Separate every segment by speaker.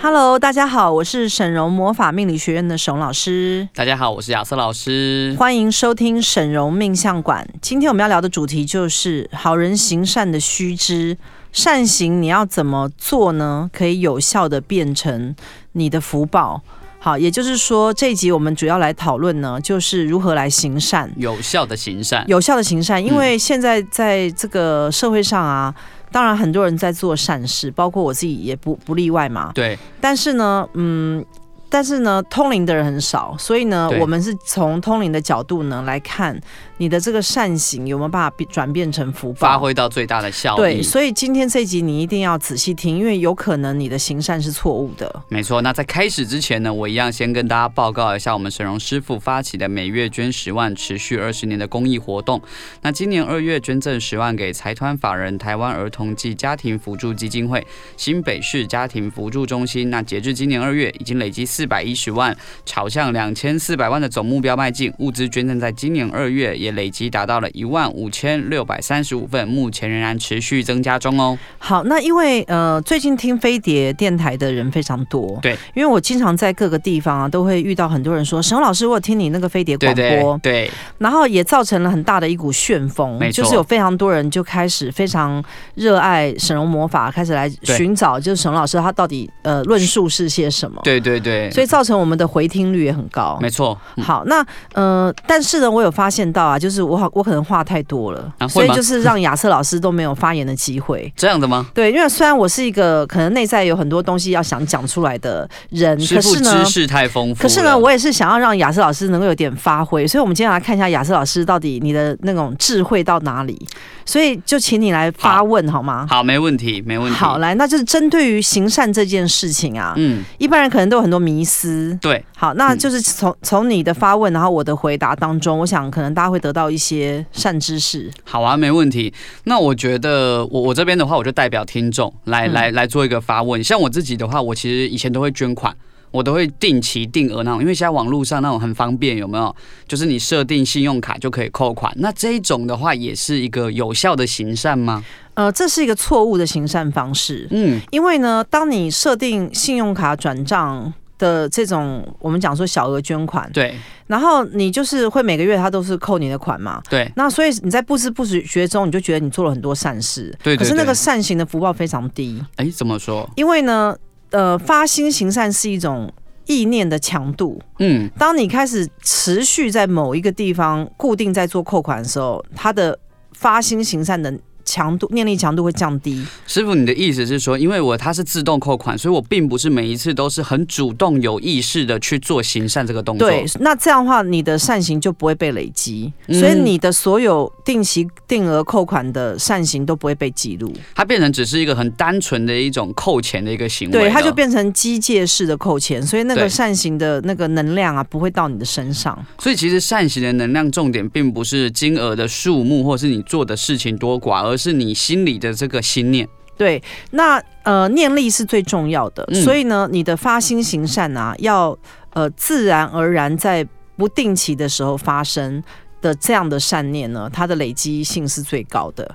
Speaker 1: Hello，大家好，我是沈荣魔法命理学院的沈荣老师。
Speaker 2: 大家好，我是亚瑟老师。
Speaker 1: 欢迎收听沈荣命相馆。今天我们要聊的主题就是好人行善的须知，善行你要怎么做呢？可以有效的变成你的福报。好，也就是说，这一集我们主要来讨论呢，就是如何来行善，
Speaker 2: 有效的行善，
Speaker 1: 有效的行善。因为现在在这个社会上啊，当然很多人在做善事，包括我自己也不不例外嘛。
Speaker 2: 对，
Speaker 1: 但是呢，嗯，但是呢，通灵的人很少，所以呢，
Speaker 2: 对
Speaker 1: 我们是从通灵的角度呢来看你的这个善行有没有办法变转变成福
Speaker 2: 发
Speaker 1: 报。
Speaker 2: 挥到最大的效益。
Speaker 1: 对，所以今天这集你一定要仔细听，因为有可能你的行善是错误的。
Speaker 2: 没错，那在开始之前呢，我一样先跟大家报告一下我们沈荣师傅发起的每月捐十万、持续二十年的公益活动。那今年二月捐赠十万给财团法人台湾儿童暨家庭辅助基金会、新北市家庭辅助中心。那截至今年二月，已经累积四百一十万，朝向两千四百万的总目标迈进。物资捐赠在今年二月也累积达到了一万五千六百三十五份，目前仍然持续增加中哦。
Speaker 1: 好，那因为呃，最近听飞碟电台的人非常多，
Speaker 2: 对，
Speaker 1: 因为我经常在各个地方啊，都会遇到很多人说，沈宏老师，我有听你那个飞碟
Speaker 2: 对
Speaker 1: 广播，
Speaker 2: 对对，
Speaker 1: 然后也造成了很大的一股旋风
Speaker 2: 没，错
Speaker 1: 就是有非常多人就开始非常热爱神龙魔法，开始来寻找就是沈龙老师他到底呃论述是些什么，
Speaker 2: 对对对，
Speaker 1: 所以造成我们的回听率也很高。
Speaker 2: 没错，嗯
Speaker 1: 好，那呃，但是呢，我有发现到啊，就是我好，我可能话太多了，
Speaker 2: 啊会
Speaker 1: 所以
Speaker 2: 吗
Speaker 1: 就是让亚瑟老师都没有发言的机会。
Speaker 2: 这样的吗？
Speaker 1: 对，因为虽然我是一个可能内在有很多东西要想讲出来的人，
Speaker 2: 师
Speaker 1: 嗯可
Speaker 2: 傅
Speaker 1: 是呢
Speaker 2: 知，识太丰富了，
Speaker 1: 可是呢，我也是想要让雅思老师能够有点发挥，所以我们今天来看一下雅思老师到底你的那种智慧到哪里。所以就请你来发问好吗？
Speaker 2: 好，没问题，没问题。
Speaker 1: 好，，来，那就是针对于行善这件事情啊，
Speaker 2: 嗯，
Speaker 1: 一般人可能都有很多迷思。
Speaker 2: 对，
Speaker 1: 好，那就是从从你的发问，然后我的回答当中，我想可能大家会得到一些善知识。
Speaker 2: 好啊，没问题。那我觉得我我这边的话，我就代表听众来
Speaker 1: 嗯
Speaker 2: 来来做一个发问。像我自己的话，我其实以前都会捐款。我都会定期定额那种，因为现在网络上那种很方便，有没有？就是你设定信用卡就可以扣款，那这一种的话也是一个有效的行善吗？
Speaker 1: 呃，这是一个错误的行善方式。
Speaker 2: 嗯，
Speaker 1: 因为呢，当你设定信用卡转账的这种，我们讲说小额捐款，
Speaker 2: 对
Speaker 1: 然后你就是会每个月他都是扣你的款嘛。
Speaker 2: 对
Speaker 1: 那所以你在不知不觉中，你就觉得你做了很多善事，
Speaker 2: 对对
Speaker 1: 可是那
Speaker 2: 对
Speaker 1: 个善行的福报非常低，
Speaker 2: 哎，怎么说？
Speaker 1: 因为呢，呃，发心行善是一种意念的强度。
Speaker 2: 嗯，
Speaker 1: 当你开始持续在某一个地方固定在做扣款的时候，它的发心行善的强度、念力强度会降低。
Speaker 2: 师傅，你的意思是说，因为我它是自动扣款，所以我并不是每一次都是很主动、有意识的去做行善这个动作。
Speaker 1: 对，那这样的话，你的善行就不会被累积，
Speaker 2: 嗯
Speaker 1: 所以你的所有定期定额扣款的善行都不会被记录。
Speaker 2: 它变成只是一个很单纯的一种扣钱的一个行为了。
Speaker 1: 对，它就变成机械式的扣钱，所以那个
Speaker 2: 对嗯
Speaker 1: 善行的那个能量啊，不会到你的身上。
Speaker 2: 所以其实善行的能量重点并不是金额的数目，或是你做的事情多寡，而是你心里的这个心念。
Speaker 1: 对，那呃，念力是最重要的，
Speaker 2: 嗯
Speaker 1: 所以呢，你的发心行善啊，要呃自然而然在不定期的时候发生。的这样的善念呢，它的累积性是最高的。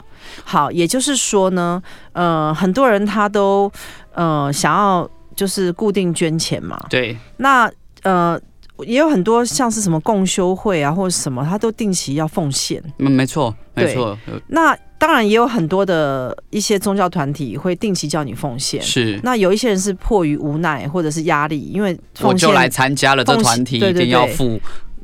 Speaker 1: 好，也就是说呢，呃，很多人他都呃想要就是固定捐钱嘛，
Speaker 2: 对，
Speaker 1: 那呃，也有很多像是什么共修会啊，或者什么，他都定期要奉献。
Speaker 2: 嗯，没错，
Speaker 1: 对
Speaker 2: 没错，呃
Speaker 1: 那当然也有很多的一些宗教团体会定期叫你奉献。
Speaker 2: 是。
Speaker 1: 那有一些人是迫于无奈或者是压力，因为
Speaker 2: 我
Speaker 1: 奉
Speaker 2: 就来
Speaker 1: 献
Speaker 2: 参加了这
Speaker 1: 奉献
Speaker 2: 团体，
Speaker 1: 对
Speaker 2: 一
Speaker 1: 对
Speaker 2: 定要
Speaker 1: 对
Speaker 2: 付。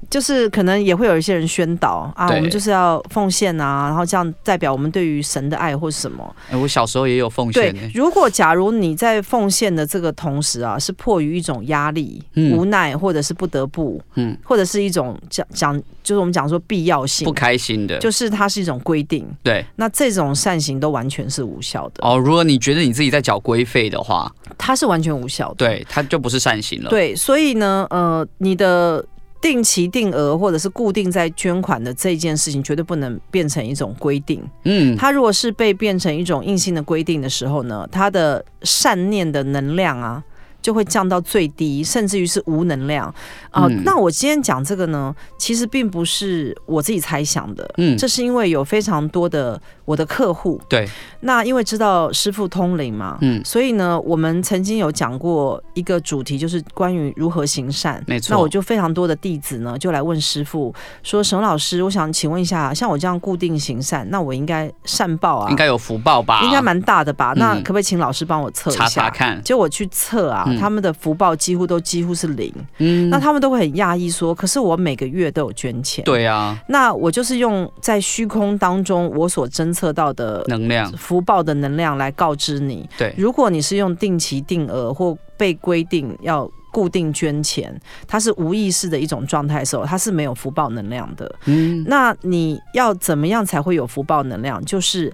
Speaker 1: 就是可能也会有一些人宣导啊，
Speaker 2: 对
Speaker 1: 我们就是要奉献啊，然后这样代表我们对于神的爱或是什么。
Speaker 2: 哎，我小时候也有奉
Speaker 1: 对
Speaker 2: 献欸，
Speaker 1: 如果假如你在奉献的这个同时啊，是迫于一种压力、
Speaker 2: 嗯
Speaker 1: 无奈，或者是不得不，
Speaker 2: 嗯，
Speaker 1: 或者是一种讲讲，就是我们讲说必要性
Speaker 2: 不，开心的。
Speaker 1: 就是它是一种规定。
Speaker 2: 对
Speaker 1: 那这种善行都完全是无效的，
Speaker 2: 哦，如果你觉得你自己在缴规费的话，
Speaker 1: 它是完全无效的。
Speaker 2: 对，它就不是善行了。，
Speaker 1: 对，所以呢，呃，你的定期定额或者是固定在捐款的这件事情，绝对不能变成一种规定。
Speaker 2: 嗯，
Speaker 1: 它如果是被变成一种硬性的规定的时候呢，它的善念的能量啊。就会降到最低，甚至于是无能量啊、
Speaker 2: 嗯
Speaker 1: 那我今天讲这个呢，其实并不是我自己猜想的，
Speaker 2: 嗯
Speaker 1: 这是因为有非常多的我的客户，
Speaker 2: 对，
Speaker 1: 那因为知道师傅通灵嘛，
Speaker 2: 嗯
Speaker 1: 所以呢，我们曾经有讲过一个主题，就是关于如何行善。
Speaker 2: 没错
Speaker 1: 那我就非常多的弟子呢，就来问师傅说：“沈老师，我想请问一下，像我这样固定行善，那我应该善报啊，
Speaker 2: 应该有福报吧？
Speaker 1: 应该蛮大的吧？
Speaker 2: 嗯
Speaker 1: 那可不可以请老师帮我测一
Speaker 2: 查查
Speaker 1: 下？”
Speaker 2: 看，
Speaker 1: 结果去测啊，
Speaker 2: 嗯
Speaker 1: 他们的福报几乎都几乎是零，
Speaker 2: 嗯，
Speaker 1: 那他们都会很讶异说：“可是我每个月都有捐钱。”。
Speaker 2: 对啊，
Speaker 1: 那我就是用在虚空当中我所侦测到的
Speaker 2: 能量，
Speaker 1: 福报的能量来告知你，
Speaker 2: 对，
Speaker 1: 如果你是用定期定额或被规定要固定捐钱，它是无意识的一种状态的时候，它是没有福报能量的。
Speaker 2: 嗯，
Speaker 1: 那你要怎么样才会有福报能量？就是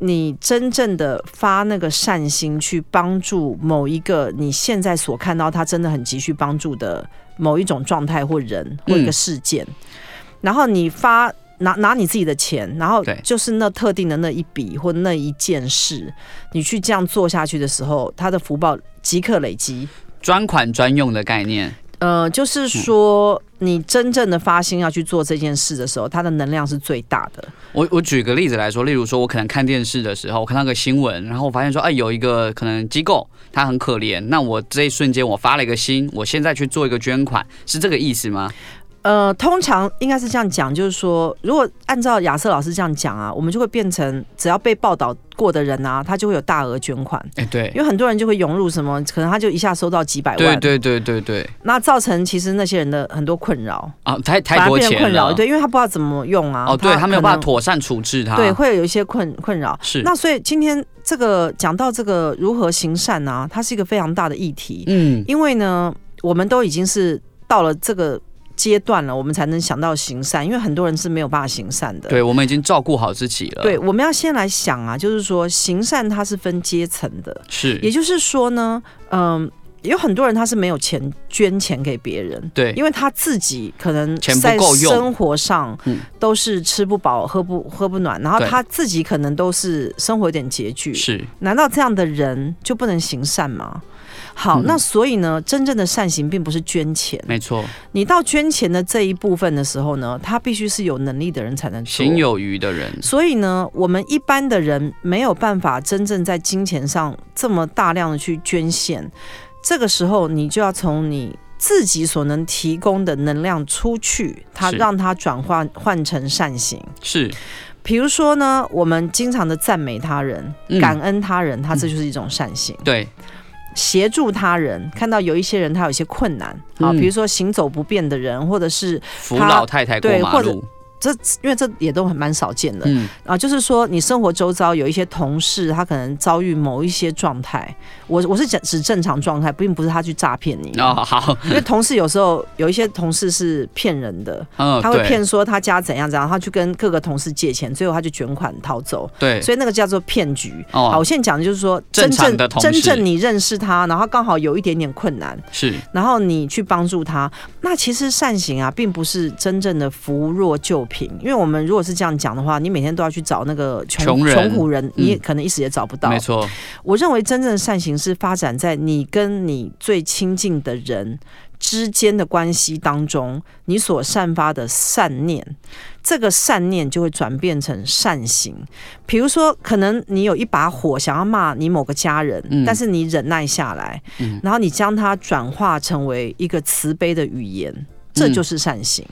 Speaker 1: 你真正的发那个善心去帮助某一个你现在所看到他真的很急需帮助的某一种状态或人或一个
Speaker 2: 嗯
Speaker 1: 事件，然后你发。拿拿你自己的钱，然后
Speaker 2: 对
Speaker 1: 就是那特定的那一笔或那一件事，你去这样做下去的时候，它的福报即刻累积。
Speaker 2: 专款专用的概念，
Speaker 1: 呃，就是说，你真正的发心要去做这件事的时候，它的能量是最大的。
Speaker 2: 我我举个例子来说，例如说，我可能看电视的时候，我看到个新闻，然后我发现说，哎，有一个可能机构它很可怜，那我这一瞬间我发了一个心，我现在去做一个捐款，是这个意思吗？
Speaker 1: 呃，通常应该是这样讲，就是说，如果按照亚瑟老师这样讲啊，我们就会变成只要被报道过的人啊，他就会有大额捐款，
Speaker 2: 哎，对
Speaker 1: 因，为很多人就会涌入什么，可能他就一下收到几百万，
Speaker 2: 对对对对对，
Speaker 1: 那造成其实那些人的很多困扰，
Speaker 2: 啊，太
Speaker 1: 反
Speaker 2: 太
Speaker 1: 而
Speaker 2: 多
Speaker 1: 变成
Speaker 2: 钱
Speaker 1: 困扰，
Speaker 2: 了，，
Speaker 1: 对，因为他不知道怎么用啊，
Speaker 2: 哦，对他没有
Speaker 1: 可能
Speaker 2: 办法妥善处置它，
Speaker 1: 对，会有一些困困扰。
Speaker 2: 是，
Speaker 1: 那所以今天这个讲到这个如何行善啊，它是一个非常大的议题，
Speaker 2: 嗯，
Speaker 1: 因为呢，我们都已经是到了这个阶段了，我们才能想到行善，因为很多人是没有办法行善的。
Speaker 2: 对，我们已经照顾好自己了，
Speaker 1: 对，，我们要先来想啊，就是说行善它是分阶层的，也
Speaker 2: 是，
Speaker 1: 就是说呢，嗯、有很多人他是没有钱捐钱给别人。
Speaker 2: 对，
Speaker 1: 因为他自己可能
Speaker 2: 钱不
Speaker 1: 在
Speaker 2: 够用
Speaker 1: 生活上
Speaker 2: 嗯
Speaker 1: 都是吃不饱、喝不喝不暖，然后
Speaker 2: 对
Speaker 1: 他自己可能都是生活有点拮据，
Speaker 2: 是，
Speaker 1: 难道这样的人就不能行善吗？好，
Speaker 2: 嗯
Speaker 1: 那所以呢，真正的善行并不是捐钱。
Speaker 2: 没错，
Speaker 1: 你到捐钱的这一部分的时候呢，他必须是有能力的人才能做
Speaker 2: 行。有余的人，
Speaker 1: 所以呢，我们一般的人没有办法真正在金钱上这么大量的去捐献，这个时候你就要从你自己所能提供的能量出去，它
Speaker 2: 是
Speaker 1: 让它转换换成善行。
Speaker 2: 是，
Speaker 1: 比如说呢，我们经常的赞美他人、
Speaker 2: 嗯
Speaker 1: 感恩他人，它这就是一种善行。
Speaker 2: 对，
Speaker 1: 协助他人，看到有一些人他有一些困难啊，
Speaker 2: 嗯
Speaker 1: 比如说行走不便的人，或者是
Speaker 2: 扶
Speaker 1: 他
Speaker 2: 老太太过
Speaker 1: 对
Speaker 2: 马
Speaker 1: 或者
Speaker 2: 路，
Speaker 1: 因为这也都很蛮少见的、
Speaker 2: 嗯，
Speaker 1: 啊，就是说你生活周遭有一些同事，他可能遭遇某一些状态，我我是讲指正常状态，并不是他去诈骗你。
Speaker 2: 哦，好，
Speaker 1: 因为同事有时候有一些同事是骗人的，
Speaker 2: 嗯，
Speaker 1: 他会
Speaker 2: 对
Speaker 1: 骗说他家怎样怎样，他去跟各个同事借钱，最后他就卷款逃走，
Speaker 2: 对，
Speaker 1: 所以那个叫做骗局。好，
Speaker 2: 哦
Speaker 1: 我，现在讲的就是说，
Speaker 2: 正
Speaker 1: 真
Speaker 2: 常
Speaker 1: 正
Speaker 2: 的同
Speaker 1: 真
Speaker 2: 事
Speaker 1: 正你认识他，然后刚好有一点点困难，
Speaker 2: 是，
Speaker 1: 然后你去帮助他，那其实善行啊，并不是真正的扶弱救贫，因为我们如果是这样讲的话，你每天都要去找那个穷
Speaker 2: 穷人嗯
Speaker 1: 苦人，你也可能一时也找不到。
Speaker 2: 没错，
Speaker 1: 我认为真正的善行是发展在你跟你最亲近的人之间的关系当中，你所散发的善念，这个善念就会转变成善行。比如说，可能你有一把火想要骂你某个家人，
Speaker 2: 嗯
Speaker 1: 但是你忍耐下来，
Speaker 2: 嗯
Speaker 1: 然后你将它转化成为一个慈悲的语言，
Speaker 2: 嗯
Speaker 1: 这就是善行。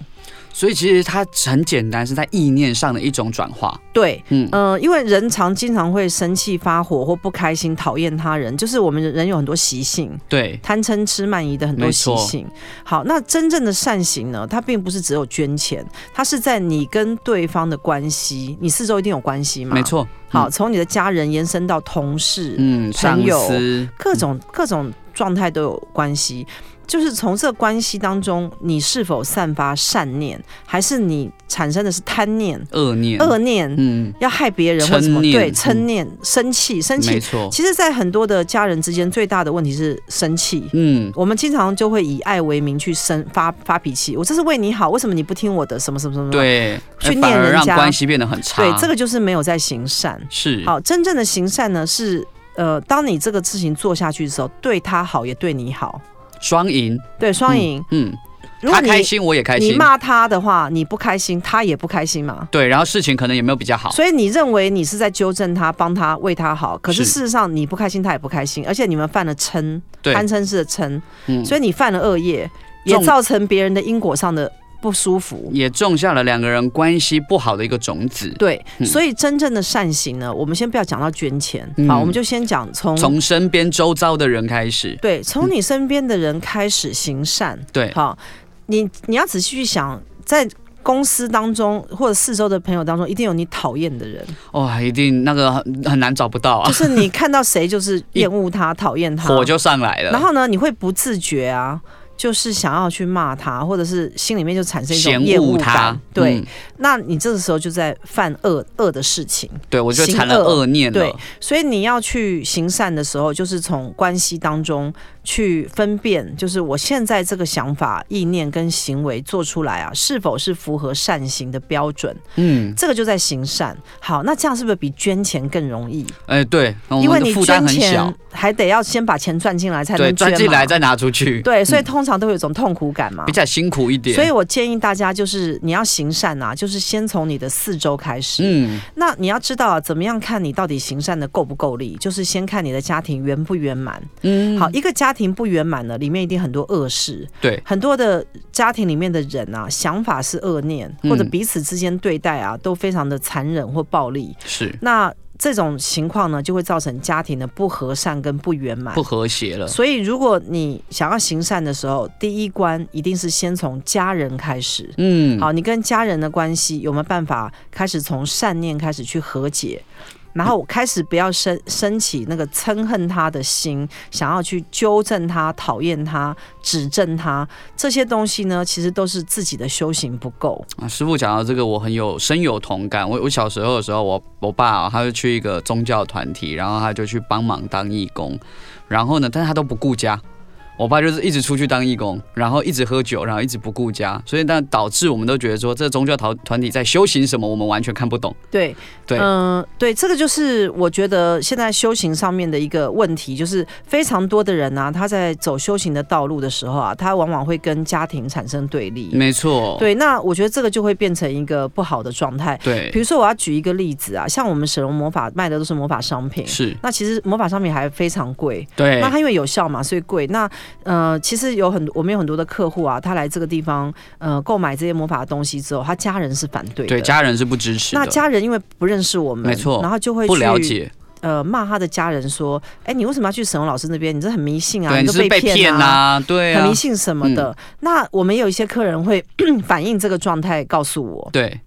Speaker 2: 所以其实它很简单，是在意念上的一种转化。
Speaker 1: 对，
Speaker 2: 嗯，
Speaker 1: 呃，因为人常经常会生气、发火或不开心、讨厌他人，就是我们人有很多习性，
Speaker 2: 对，
Speaker 1: 贪嗔痴慢疑的很多习性。好，那真正的善行呢，它并不是只有捐钱，它是在你跟对方的关系，你四周一定有关系嘛？
Speaker 2: 没。错。嗯
Speaker 1: 好，从你的家人延伸到同事，
Speaker 2: 嗯，嗯，
Speaker 1: 朋
Speaker 2: 上
Speaker 1: 友
Speaker 2: 司
Speaker 1: 各种各种状态都有关系。就是从这个关系当中，你是否散发善念，还是你产生的是贪念、
Speaker 2: 恶念，
Speaker 1: 恶念，
Speaker 2: 嗯，
Speaker 1: 要害别人或什么？
Speaker 2: 嗔念
Speaker 1: 对，
Speaker 2: 嗯
Speaker 1: 嗔念、生气、生
Speaker 2: 没
Speaker 1: 气。
Speaker 2: 错，
Speaker 1: 其实，在很多的家人之间，最大的问题是生气。
Speaker 2: 嗯，
Speaker 1: 我们经常就会以爱为名去生发发脾气，我这是为你好，为什么你不听我的？什么什么什么？，
Speaker 2: 对，
Speaker 1: 嗯去
Speaker 2: 哎
Speaker 1: 念
Speaker 2: 反而
Speaker 1: 人
Speaker 2: 让
Speaker 1: 家
Speaker 2: 关系变得很差。
Speaker 1: 对，这个就是没有在行善。
Speaker 2: 是
Speaker 1: 好，真正的行善呢是，呃，当你这个事情做下去的时候，对他好也对你好，
Speaker 2: 双赢，
Speaker 1: 对双赢。
Speaker 2: 嗯，
Speaker 1: 如果
Speaker 2: 他
Speaker 1: 你
Speaker 2: 开心我也开
Speaker 1: 你
Speaker 2: 心，
Speaker 1: 骂他的话，你不开心，他也不开心嘛。
Speaker 2: 对，然后事情可能也没有比较好，
Speaker 1: 所以你认为你是在纠正他，帮他为他好，可是
Speaker 2: 是
Speaker 1: 事实上你不开心，他也不开心，而且你们犯了嗔，
Speaker 2: 对，
Speaker 1: 贪嗔是的嗔，
Speaker 2: 嗯
Speaker 1: 所以你犯了恶业，也
Speaker 2: 重
Speaker 1: 造成别人的因果上的不舒服。
Speaker 2: 也种下了两个人关系不好的一个种子，
Speaker 1: 对，
Speaker 2: 嗯
Speaker 1: 所以真正的善行呢，我们先不要讲到捐钱，
Speaker 2: 嗯
Speaker 1: 好，我们就先讲从
Speaker 2: 从嗯身边周遭的人开始，
Speaker 1: 对，从你身边的人开始行善。
Speaker 2: 对，
Speaker 1: 好，你你要仔细去想，在公司当中或者四周的朋友当中，一定有你讨厌的人，
Speaker 2: 哇，一定那个很很难找不到
Speaker 1: 就
Speaker 2: 啊，
Speaker 1: 是你看到谁就是厌恶他、讨厌他，
Speaker 2: 火就上来了，
Speaker 1: 然后呢，你会不自觉啊。就是想要去骂他，或者是心里面就产生一种
Speaker 2: 嫌
Speaker 1: 厌
Speaker 2: 恶
Speaker 1: 恶
Speaker 2: 他
Speaker 1: 感，，对。
Speaker 2: 嗯
Speaker 1: 那你这个时候就在犯恶恶的事情，
Speaker 2: 对，我就
Speaker 1: 行
Speaker 2: 产了
Speaker 1: 恶
Speaker 2: 恶念
Speaker 1: 对
Speaker 2: 了，。
Speaker 1: 所以你要去行善的时候，就是从关系当中去分辨，就是我现在这个想法、意念跟行为做出来啊，是否是符合善行的标准？
Speaker 2: 嗯，
Speaker 1: 这个就在行善。好，那这样是不是比捐钱更容易？
Speaker 2: 哎，对，我
Speaker 1: 因为
Speaker 2: 们的
Speaker 1: 你
Speaker 2: 负担
Speaker 1: 捐
Speaker 2: 很小
Speaker 1: 钱，还得要先把钱赚进来才能
Speaker 2: 对，
Speaker 1: 捐
Speaker 2: 赚进
Speaker 1: 嘛
Speaker 2: 来再拿出去，
Speaker 1: 对，所以
Speaker 2: 嗯
Speaker 1: 通常都会有一种痛苦感嘛
Speaker 2: 比。较辛苦一点，
Speaker 1: 所以，我建议大家就是你要行善啊，就是先从你的四周开始。
Speaker 2: 嗯，
Speaker 1: 那你要知道啊怎么样看你到底行善的够不够力，就是先看你的家庭圆不圆满。
Speaker 2: 嗯
Speaker 1: 好，，一个家庭不圆满呢，里面一定很多恶事。
Speaker 2: 对，
Speaker 1: 很多的家庭里面的人啊，想法是恶念，
Speaker 2: 嗯
Speaker 1: 或者彼此之间对待啊，都非常的残忍或暴力。
Speaker 2: 是
Speaker 1: 那这种情况呢，就会造成家庭的不和善跟不圆满
Speaker 2: 不。和谐了，
Speaker 1: 所以，如果你想要行善的时候，第一关一定是先从家人开始。
Speaker 2: 嗯，
Speaker 1: 好，你跟家人的关系有没有办法开始从善念开始去和解？然后开始不要升升起那个憎恨他的心，想要去纠正他、讨厌他、指正他，这些东西呢，其实都是自己的修行不够。
Speaker 2: 啊，师傅讲到这个，我很有深有同感。我我小时候的时候，我我爸、啊、他就去一个宗教团体，然后他就去帮忙当义工，然后呢，但是他都不顾家。我爸就是一直出去当义工，然后一直喝酒，然后一直不顾家，所以那导致我们都觉得说，这宗教团团体在修行什么，我们完全看不懂。
Speaker 1: 对，
Speaker 2: 对
Speaker 1: 嗯、对，这个就是我觉得现在修行上面的一个问题，就是非常多的人啊，他在走修行的道路的时候啊，他往往会跟家庭产生对立。
Speaker 2: 没错，
Speaker 1: 对，那我觉得这个就会变成一个不好的状态。比
Speaker 2: 对
Speaker 1: 如说，我要举一个例子啊，像我们神龙魔法卖的都是魔法商品，
Speaker 2: 是，哎
Speaker 1: 那其实魔法商品还非常贵。
Speaker 2: 对
Speaker 1: 那它因为有效嘛，所以贵。那呃，其实有很我们有很多的客户啊，他来这个地方呃购买这些魔法的东西之后，他家人是反对的。
Speaker 2: 对，家人是不支持
Speaker 1: 那
Speaker 2: 的，
Speaker 1: 家人因为不认识我们，
Speaker 2: 没错
Speaker 1: 然后就会
Speaker 2: 不
Speaker 1: 去
Speaker 2: 了解，
Speaker 1: 呃骂他的家人说：“哎，你为什么要去沈龙老师那边？你这很迷信啊，
Speaker 2: 对，你
Speaker 1: 都
Speaker 2: 是被
Speaker 1: 骗
Speaker 2: 骗啊，对
Speaker 1: 很
Speaker 2: 啊嗯
Speaker 1: 迷，信什么的。那我们有一些客人会 反映这个状态，告诉我，
Speaker 2: 对，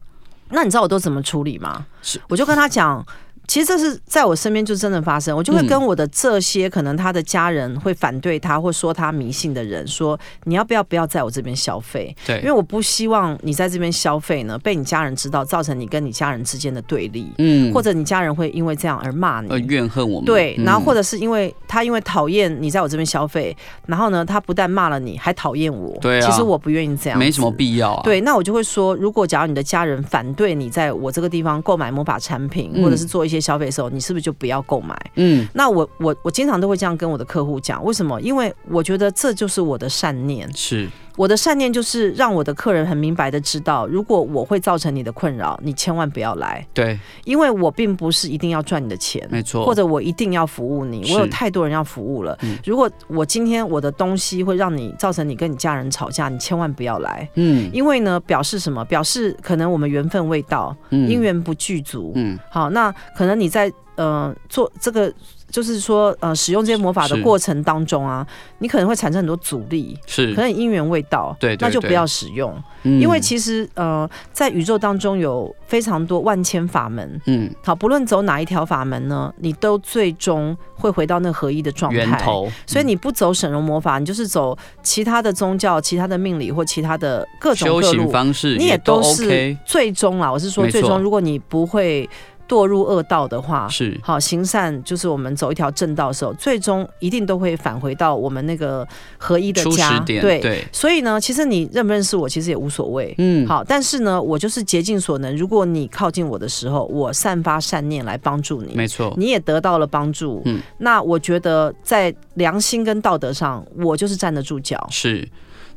Speaker 1: 那你知道我都怎么处理吗？
Speaker 2: 是
Speaker 1: 我就跟他讲，其实这是在我身边就真的发生，我就会
Speaker 2: 嗯
Speaker 1: 跟我的这些、可能他的家人会反对他或说他迷信的人说，你要不要不要在我这边消费？因为
Speaker 2: 对，
Speaker 1: 我不希望你在这边消费呢，被你家人知道，造成你跟你家人之间的对立，
Speaker 2: 嗯
Speaker 1: 或者你家人会因为这样而骂你。
Speaker 2: 呃怨嗯恨我们，
Speaker 1: 对，然后或
Speaker 2: 者
Speaker 1: 者是因为他因为讨厌你在我这边消费，然后呢，他不但骂了你，还讨厌我。
Speaker 2: 对啊
Speaker 1: 其实我不愿意这样，
Speaker 2: 没什么必要啊，
Speaker 1: 对，那我就会说，如果假如你的家人反对你在我这个地方购买魔法产品，
Speaker 2: 嗯
Speaker 1: 或者是做一些消费的时候，你是不是就不要购买？
Speaker 2: 嗯，
Speaker 1: 那我我我经常都会这样跟我的客户讲，为什么？因为我觉得这就是我的善念，
Speaker 2: 是
Speaker 1: 我的善念就是让我的客人很明白的知道，如果我会造成你的困扰，你千万不要来，
Speaker 2: 对，
Speaker 1: 因为我并不是一定要赚你的钱。
Speaker 2: 没错，
Speaker 1: 或者我一定要服务你，
Speaker 2: 是
Speaker 1: 我有太多人要服务了。
Speaker 2: 嗯
Speaker 1: 如果我今天我的东西会让你造成你跟你家人吵架，你千万不要来。
Speaker 2: 嗯
Speaker 1: 因为呢，表示什么？表示可能我们缘分未到，
Speaker 2: 嗯
Speaker 1: 因缘不具足。
Speaker 2: 嗯
Speaker 1: 好，那可能你在呃做这个就是说，呃，使用这些魔法的
Speaker 2: 是
Speaker 1: 过程当中啊，你可能会产生很多阻力，
Speaker 2: 是
Speaker 1: 可，能因缘未到，
Speaker 2: 对对
Speaker 1: 那就
Speaker 2: 对
Speaker 1: 不要使用。
Speaker 2: 嗯
Speaker 1: 因为其实呃，在宇宙当中有非常多万千法门，
Speaker 2: 嗯，
Speaker 1: 好，不论走哪一条法门呢，你都最终会回到那合一的状
Speaker 2: 源
Speaker 1: 态。
Speaker 2: 头，
Speaker 1: 所以你不走整容魔法，你就是走其他的宗教、其他的命理或其他的各种
Speaker 2: 修
Speaker 1: 各
Speaker 2: 行
Speaker 1: 路，
Speaker 2: 方式
Speaker 1: 你也
Speaker 2: 都
Speaker 1: 都是
Speaker 2: OK，
Speaker 1: 最终啦。我是说，
Speaker 2: 没错
Speaker 1: 最终如果你不会堕入恶道的话，
Speaker 2: 是
Speaker 1: 好行善就是我们走一条正道的时候，最终一定都会返回到我们那个合一的
Speaker 2: 初
Speaker 1: 家
Speaker 2: 始。点，
Speaker 1: 对，
Speaker 2: 对，
Speaker 1: 所以呢，其实你认不认识我，其实也无所谓。
Speaker 2: 嗯，
Speaker 1: 好，但是呢，我就是竭尽所能。如果你靠近我的时候，我散发善念来帮助你，
Speaker 2: 没错，
Speaker 1: 你也得到了帮助。
Speaker 2: 嗯，
Speaker 1: 那我觉得在良心跟道德上，我就是站得住脚。
Speaker 2: 是。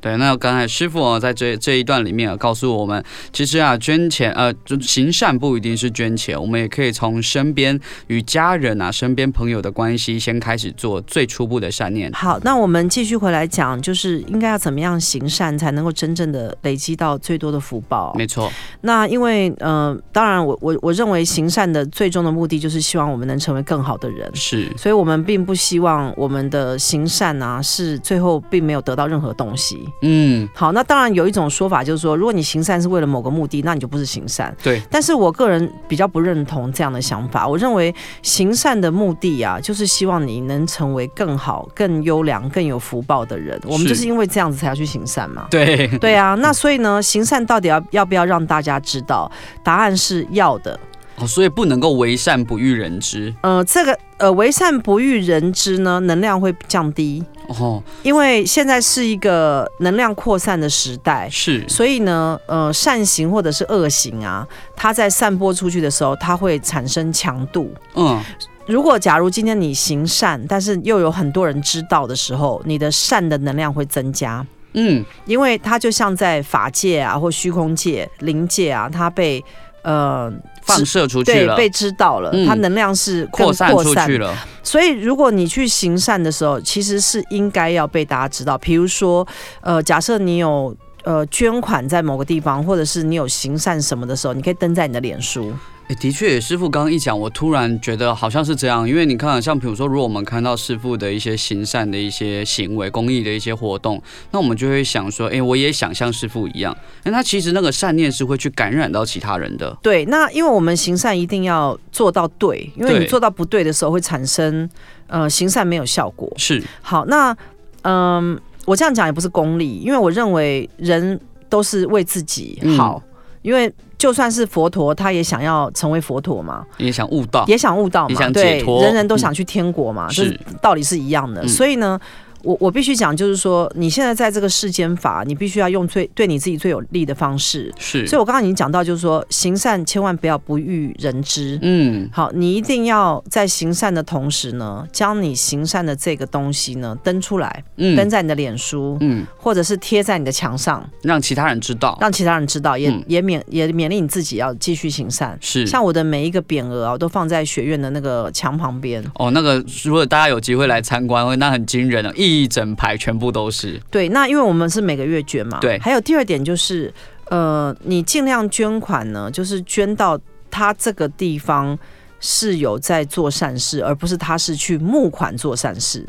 Speaker 2: 对，那刚才师傅哦，在这这一段里面啊，告诉我们，其实啊，捐钱呃，就行善不一定是捐钱，我们也可以从身边与家人啊、身边朋友的关系先开始做最初步的善念。
Speaker 1: 好，那我们继续回来讲，就是应该要怎么样行善，才能够真正的累积到最多的福报。
Speaker 2: 没错，
Speaker 1: 那因为，呃，当然我，我我认为行善的最终的目的就是希望我们能成为更好的人。
Speaker 2: 是
Speaker 1: 所以我们并不希望我们的行善啊，是最后并没有得到任何东西。
Speaker 2: 嗯，
Speaker 1: 好，那当然有一种说法就是说，如果你行善是为了某个目的，那你就不是行善。
Speaker 2: 对，
Speaker 1: 但是我个人比较不认同这样的想法。我认为行善的目的啊，就是希望你能成为更好、更优良、更有福报的人。我们就
Speaker 2: 是
Speaker 1: 是因为这样子才要去行善嘛。
Speaker 2: 对，
Speaker 1: 对啊，那所以呢，行善到底要要不要让大家知道？答案是要的。
Speaker 2: 哦，所以不能够为善不欲人知
Speaker 1: 呃，这个呃，为善不欲人知呢，能量会降低，
Speaker 2: 哦，
Speaker 1: 因为现在是一个能量扩散的时代。
Speaker 2: 是
Speaker 1: 所以呢，呃，善行或者是恶行啊，它在散播出去的时候，它会产生强度。
Speaker 2: 嗯，
Speaker 1: 如果假如今天你行善，但是又有很多人知道的时候，你的善的能量会增加，
Speaker 2: 嗯，
Speaker 1: 因为它就像在法界啊或虚空界、灵界啊，它被呃
Speaker 2: 放射出去
Speaker 1: 对
Speaker 2: 了，
Speaker 1: 被知道了，
Speaker 2: 嗯
Speaker 1: 它能量是更
Speaker 2: 扩散出去了，
Speaker 1: 所以，如果你去行善的时候，其实是应该要被大家知道。比如说，呃，假设你有呃捐款在某个地方，或者是你有行善什么的时候，你可以登在你的脸书。
Speaker 2: 诶的确，师傅刚刚一讲，我突然觉得好像是这样，因为你看，像比如说，如果我们看到师傅的一些行善的一些行为、公益的一些活动，那我们就会想说，诶，我也想像师傅一样。那他其实那个善念是会去感染到其他人的，
Speaker 1: 对，那因为我们行善一定要做到对，因为你
Speaker 2: 对
Speaker 1: 做到不对的时候会产生呃行善没有效果。
Speaker 2: 是
Speaker 1: 好，那嗯、我这样讲也不是功利，因为我认为人都是为自己好，
Speaker 2: 嗯
Speaker 1: 因为就算是佛陀，他也想要成为佛陀嘛。
Speaker 2: 也想悟道，
Speaker 1: 也想悟道
Speaker 2: 也
Speaker 1: 嘛，
Speaker 2: 想
Speaker 1: 对
Speaker 2: 解，脱嗯
Speaker 1: 人人都想去天国嘛，这
Speaker 2: 是
Speaker 1: 道理是一样的。
Speaker 2: 嗯
Speaker 1: 所以呢，我我必须讲，就是说，你现在在这个世间法，你必须要用最对你自己最有利的方式。所以
Speaker 2: 是，
Speaker 1: 我刚刚已经讲到，就是说，行善千万不要不欲人知。
Speaker 2: 嗯，
Speaker 1: 好，你一定要在行善的同时呢，将你行善的这个东西呢登出来，登
Speaker 2: 嗯，
Speaker 1: 在你的脸书，
Speaker 2: 嗯，
Speaker 1: 或者是贴在你的墙上，
Speaker 2: 让其他人知道，
Speaker 1: 让其他人知道，也、
Speaker 2: 嗯
Speaker 1: 也勉也勉励你自己要继续行善。
Speaker 2: 是。
Speaker 1: 像我的每一个匾额啊，我都放在学院的那个墙旁边。
Speaker 2: 哦，那个如果大家有机会来参观，那很惊人了，哦一整排全部都是，
Speaker 1: 对，那因为我们是每个月捐嘛。
Speaker 2: 对
Speaker 1: 还有第二点就是，呃，你尽量捐款呢，就是捐到他这个地方是有在做善事，而不是他是去募款做善事。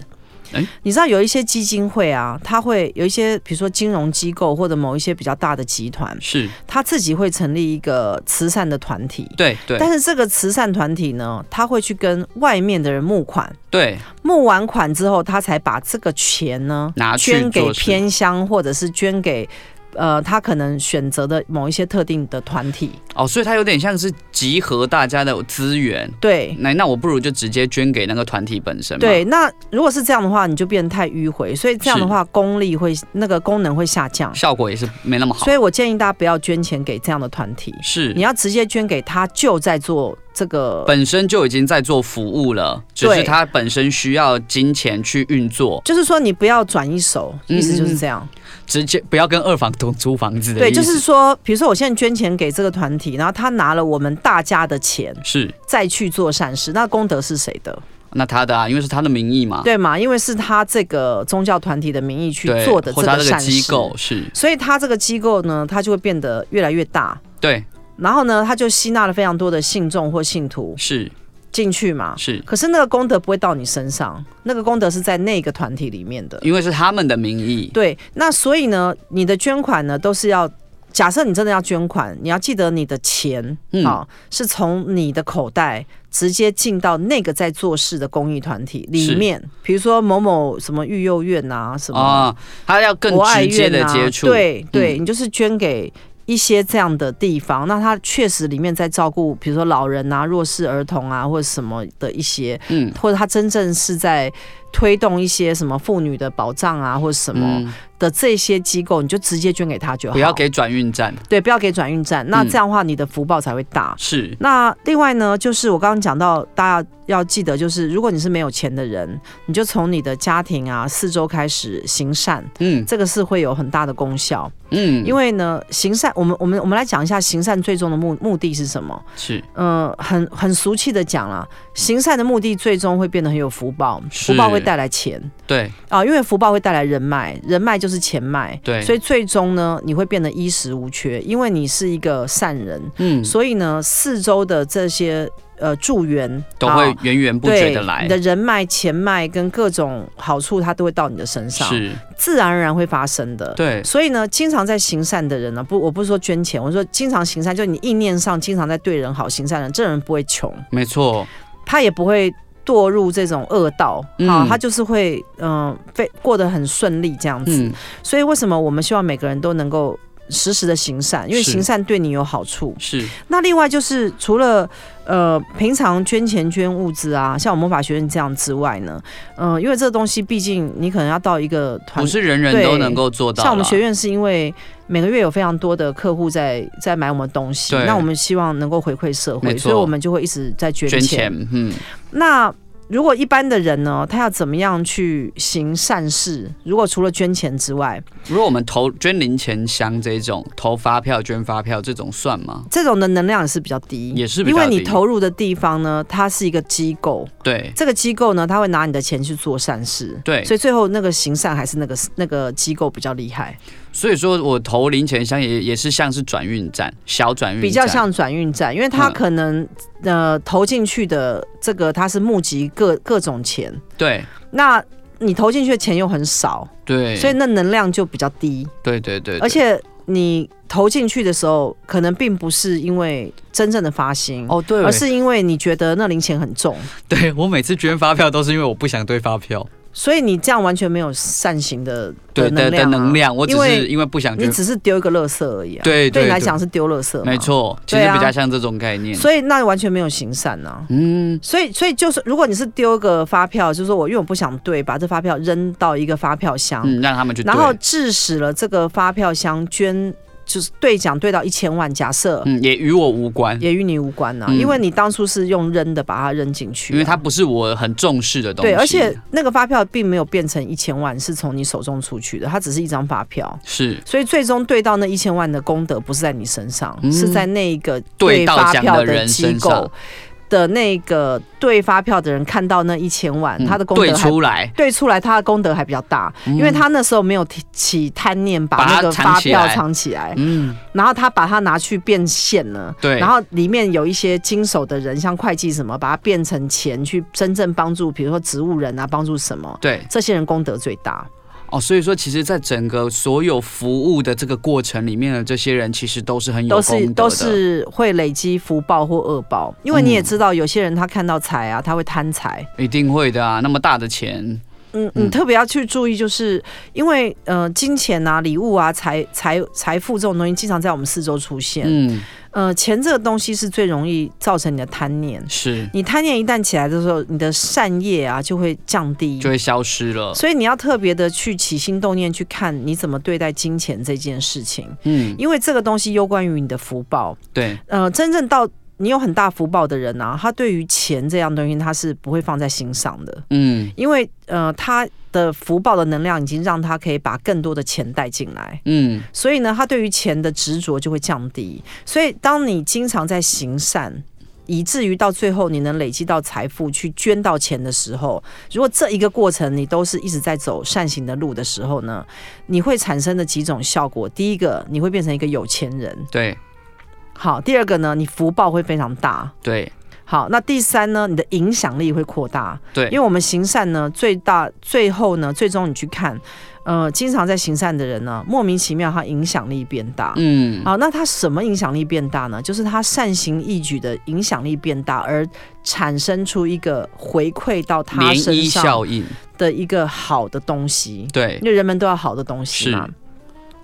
Speaker 2: 哎
Speaker 1: 你知道有一些基金会啊，他会有一些，比如说金融机构或者某一些比较大的集团，
Speaker 2: 是
Speaker 1: 他自己会成立一个慈善的团体。
Speaker 2: 对对
Speaker 1: 但是这个慈善团体呢，他会去跟外面的人募款，
Speaker 2: 对，
Speaker 1: 募完款之后，他才把这个钱呢
Speaker 2: 拿去
Speaker 1: 捐给
Speaker 2: 做事
Speaker 1: 偏乡，或者是捐给呃他可能选择的某一些特定的团体。
Speaker 2: 哦，所以它有点像是集合大家的资源。
Speaker 1: 对
Speaker 2: 那那我不如就直接捐给那个团体本身嘛。
Speaker 1: 对，那如果是这样的话，你就变得太迂回，所以这样的话功力会那个功能会下降。
Speaker 2: 效果也是没那么好
Speaker 1: 所。以我建议大家不要捐钱给这样的团体，
Speaker 2: 是
Speaker 1: 你，要直接捐给他就在做这个。
Speaker 2: 本身就已经在做服务了，只
Speaker 1: 对
Speaker 2: 是它本身需要金钱去运作，
Speaker 1: 就是说，你不要转一手，意思就是
Speaker 2: 嗯嗯嗯
Speaker 1: 这样。
Speaker 2: 直接不要跟二房东租房子的
Speaker 1: 对，
Speaker 2: 意
Speaker 1: 就是
Speaker 2: 思
Speaker 1: 说，比如说我现在捐钱给这个团体，然后他拿了我们大家的钱
Speaker 2: 是
Speaker 1: 再去做善事，那功德是谁的？
Speaker 2: 那他的啊，因为是他的名义嘛，
Speaker 1: 对嘛？因为是他这个宗教团体的名义去
Speaker 2: 对
Speaker 1: 做的这
Speaker 2: 或者他
Speaker 1: 个
Speaker 2: 这
Speaker 1: 善
Speaker 2: 个
Speaker 1: 事，
Speaker 2: 机构是
Speaker 1: 所以他这个机构呢，他就会变得越来越大。
Speaker 2: 对
Speaker 1: 然后呢，他就吸纳了非常多的信众或信徒，
Speaker 2: 是
Speaker 1: 进去嘛。
Speaker 2: 是
Speaker 1: 可是那个功德不会到你身上，那个功德是在那个团体里面的。
Speaker 2: 因为是他们的名义，
Speaker 1: 对，那所以呢，你的捐款呢都是要，假设你真的要捐款，你要记得你的钱啊、
Speaker 2: 嗯
Speaker 1: 是从你的口袋直接进到那个在做事的公益团体
Speaker 2: 是
Speaker 1: 里面，比如说某某什么育幼院啊，什么
Speaker 2: 啊，他要更
Speaker 1: 国爱
Speaker 2: 直接
Speaker 1: 院
Speaker 2: 的
Speaker 1: 啊，
Speaker 2: 接触，
Speaker 1: 对对，
Speaker 2: 嗯
Speaker 1: 你就是捐给。一些这样的地方，那他确实里面在照顾，比如说老人啊、弱势儿童啊，或者什么的一些，
Speaker 2: 嗯，
Speaker 1: 或者他真正是在推动一些什么妇女的保障啊，或者什么，
Speaker 2: 嗯
Speaker 1: 的这些机构，你就直接捐给他就好，
Speaker 2: 不要给转运站，
Speaker 1: 对，不要给转运站，那
Speaker 2: 嗯
Speaker 1: 这样的话你的福报才会大。
Speaker 2: 是
Speaker 1: 那另外呢，就是我刚刚讲到，大家要记得，就是如果你是没有钱的人，你就从你的家庭啊四周开始行善，
Speaker 2: 嗯
Speaker 1: 这个是会有很大的功效。
Speaker 2: 嗯，
Speaker 1: 因
Speaker 2: 为
Speaker 1: 为呢，行善，我们我们我们来讲一下行善最终的目目的是什么？
Speaker 2: 是
Speaker 1: 嗯、很很俗气的讲啦，行善的目的最终会变得很有福报，
Speaker 2: 是
Speaker 1: 福报会带来钱。
Speaker 2: 对
Speaker 1: 啊，因为福报会带来人脉，人脉就是钱脉，
Speaker 2: 对
Speaker 1: 所以最终呢，你会变得衣食无缺，因为你是一个善人，
Speaker 2: 嗯，
Speaker 1: 所以呢，四周的这些呃助缘
Speaker 2: 都
Speaker 1: 啊
Speaker 2: 会源源不绝
Speaker 1: 对
Speaker 2: 的来
Speaker 1: 你的，人脉、钱脉跟各种好处，它都会到你的身上，
Speaker 2: 是
Speaker 1: 自然而然会发生的。
Speaker 2: 对
Speaker 1: 所以呢，经常在行善的人呢、不，我不是说捐钱，我说经常行善，就你意念上经常在对人好、行善的人，这人不会穷，
Speaker 2: 没错，
Speaker 1: 他也不会堕入这种恶道，
Speaker 2: 嗯
Speaker 1: 啊，他就是会嗯，非、过得很顺利这样子。
Speaker 2: 嗯，
Speaker 1: 所以为什么我们希望每个人都能够时时的行善，因为
Speaker 2: 是
Speaker 1: 行善对你有好处。
Speaker 2: 是
Speaker 1: 那另外就是除了呃平常捐钱捐物资啊，像我们魔法学院这样之外呢，嗯、因为这个东西毕竟你可能要到一个团
Speaker 2: 不。是人人都能够做到啦，
Speaker 1: 像我们学院是因为每个月有非常多的客户在在买我们的东西
Speaker 2: 对，
Speaker 1: 那我们希望能够回馈社
Speaker 2: 没
Speaker 1: 会，所
Speaker 2: 错
Speaker 1: 以我们就会一直在捐
Speaker 2: 捐
Speaker 1: 钱。
Speaker 2: 钱，嗯，
Speaker 1: 那如果一般的人呢，他要怎么样去行善事？如果除了捐钱之外，
Speaker 2: 如果我们投捐零钱箱这种，投发票、捐发票这种算吗？
Speaker 1: 这种的能量也是比较低，
Speaker 2: 也是比
Speaker 1: 因
Speaker 2: 较
Speaker 1: 为你
Speaker 2: 低
Speaker 1: 投入的地方呢，它是一个机构，
Speaker 2: 对
Speaker 1: 这个机构呢，他会拿你的钱去做善事。
Speaker 2: 对，
Speaker 1: 所以最后那个行善还是那个那个机构比较厉害，
Speaker 2: 所以说我投零钱箱也也是像是转运站，小转运站
Speaker 1: 比较像转运站，因为他
Speaker 2: 嗯
Speaker 1: 可能、呃投进去的这个他是募集各各种钱，
Speaker 2: 对
Speaker 1: 那你投进去的钱又很少，
Speaker 2: 对，
Speaker 1: 所以那能量就比较低。
Speaker 2: 对对对，对
Speaker 1: 而且你投进去的时候，可能并不是因为真正的发心，
Speaker 2: 哦对，
Speaker 1: 而是因为你觉得那零钱很重，
Speaker 2: 对我每次捐发票都是因为我不想对发票
Speaker 1: 所以你这样完全没有善行的
Speaker 2: 对的
Speaker 1: 能
Speaker 2: 的
Speaker 1: 量、啊、
Speaker 2: 能量，我只
Speaker 1: 因
Speaker 2: 是
Speaker 1: 为
Speaker 2: 因为不想
Speaker 1: 你
Speaker 2: 捐，
Speaker 1: 只是丢一个垃圾而已、啊。
Speaker 2: 对
Speaker 1: 对
Speaker 2: 对
Speaker 1: 你来讲，是丢垃圾嘛，
Speaker 2: 没错，其
Speaker 1: 对
Speaker 2: 实
Speaker 1: 啊
Speaker 2: 比较像这种概念，
Speaker 1: 所以那完全没有行善呐、啊。
Speaker 2: 嗯，
Speaker 1: 所以，所以就是，如果你是丢一个发票，就是说我因为我不想对，把这发票扔到一个发票箱，
Speaker 2: 嗯，让他们去对，
Speaker 1: 啊然后致使了这个发票箱捐，就是兑奖兑到一千万，假设、
Speaker 2: 嗯也与我无关，
Speaker 1: 也与你无关呐、啊
Speaker 2: 嗯
Speaker 1: 因为你当初是用扔的把它扔进去啊、
Speaker 2: 因为它不是我很重视的东西，
Speaker 1: 对，而且那个发票并没有变成一千万，是从你手中出去的，它只是一张发票，
Speaker 2: 是
Speaker 1: 所以最终对到那一千万的功德不是在你身上，
Speaker 2: 嗯
Speaker 1: 是在那一个
Speaker 2: 对到
Speaker 1: 发
Speaker 2: 奖
Speaker 1: 票
Speaker 2: 的人
Speaker 1: 机
Speaker 2: 身上
Speaker 1: 构的那个对发票的人看到那一千万，
Speaker 2: 嗯
Speaker 1: 他的功
Speaker 2: 对
Speaker 1: 德还。嗯
Speaker 2: 出嗯来，
Speaker 1: 对出来，他的功德还比较大，因为他那时候没有提起贪念，把
Speaker 2: 把它
Speaker 1: 那个
Speaker 2: 藏
Speaker 1: 发
Speaker 2: 起来
Speaker 1: 票藏起来，
Speaker 2: 嗯，
Speaker 1: 然后他把它拿去变现了，
Speaker 2: 对，
Speaker 1: 然后里面有一些经手的人，像会计什么，把它变成钱去真正帮助，比如说植物人啊，帮助什么，
Speaker 2: 对
Speaker 1: 这些人功德最大。
Speaker 2: 哦，所以说其实，在整个所有服务的这个过程里面的这些人，其实都是很有
Speaker 1: 都
Speaker 2: 功德
Speaker 1: 是
Speaker 2: 的，
Speaker 1: 都是会累积福报或恶报，因为你也
Speaker 2: 嗯
Speaker 1: 知道，有些人他看到财啊，他会贪财。
Speaker 2: 一定会的啊，那么大的钱，
Speaker 1: 嗯，你
Speaker 2: 嗯
Speaker 1: 特别要去注意，就是因为呃，金钱啊、礼物啊、财财财富这种东西，经常在我们四周出现。
Speaker 2: 嗯，
Speaker 1: 呃，钱这个东西是最容易造成你的贪念，
Speaker 2: 是
Speaker 1: 你贪念一旦起来的时候，你的善业啊就会降低，
Speaker 2: 就会消失了，
Speaker 1: 所以你要特别的去起心动念，去看你怎么对待金钱这件事情，
Speaker 2: 嗯，
Speaker 1: 因为这个东西攸关于你的福报。
Speaker 2: 对，
Speaker 1: 呃，真正到你有很大福报的人啊，他对于钱这样东西，他是不会放在心上的，
Speaker 2: 嗯
Speaker 1: 因为呃，他的福报的能量已经让他可以把更多的钱带进来，
Speaker 2: 嗯，
Speaker 1: 所以呢，他对于钱的执着就会降低。所以，当你经常在行善。以至于到最后，你能累积到财富去捐到钱的时候，如果这一个过程你都是一直在走善行的路的时候呢，你会产生的几种效果。第一个，你会变成一个有钱人，
Speaker 2: 对
Speaker 1: 好，第二个呢，你福报会非常大。
Speaker 2: 对，
Speaker 1: 好，那第三呢，你的影响力会扩大，
Speaker 2: 对
Speaker 1: 因为我们行善呢，最大最后呢，最终你去看，呃，经常在行善的人呢，莫名其妙他影响力变大。
Speaker 2: 嗯，
Speaker 1: 好，那他什么影响力变大呢？就是他善行义举的影响力变大，而产生出一个回馈到他
Speaker 2: 涟
Speaker 1: 身
Speaker 2: 漪
Speaker 1: 上
Speaker 2: 效应，
Speaker 1: 的一个好的东西。
Speaker 2: 对
Speaker 1: 因，为人们都要好的东西嘛
Speaker 2: 是。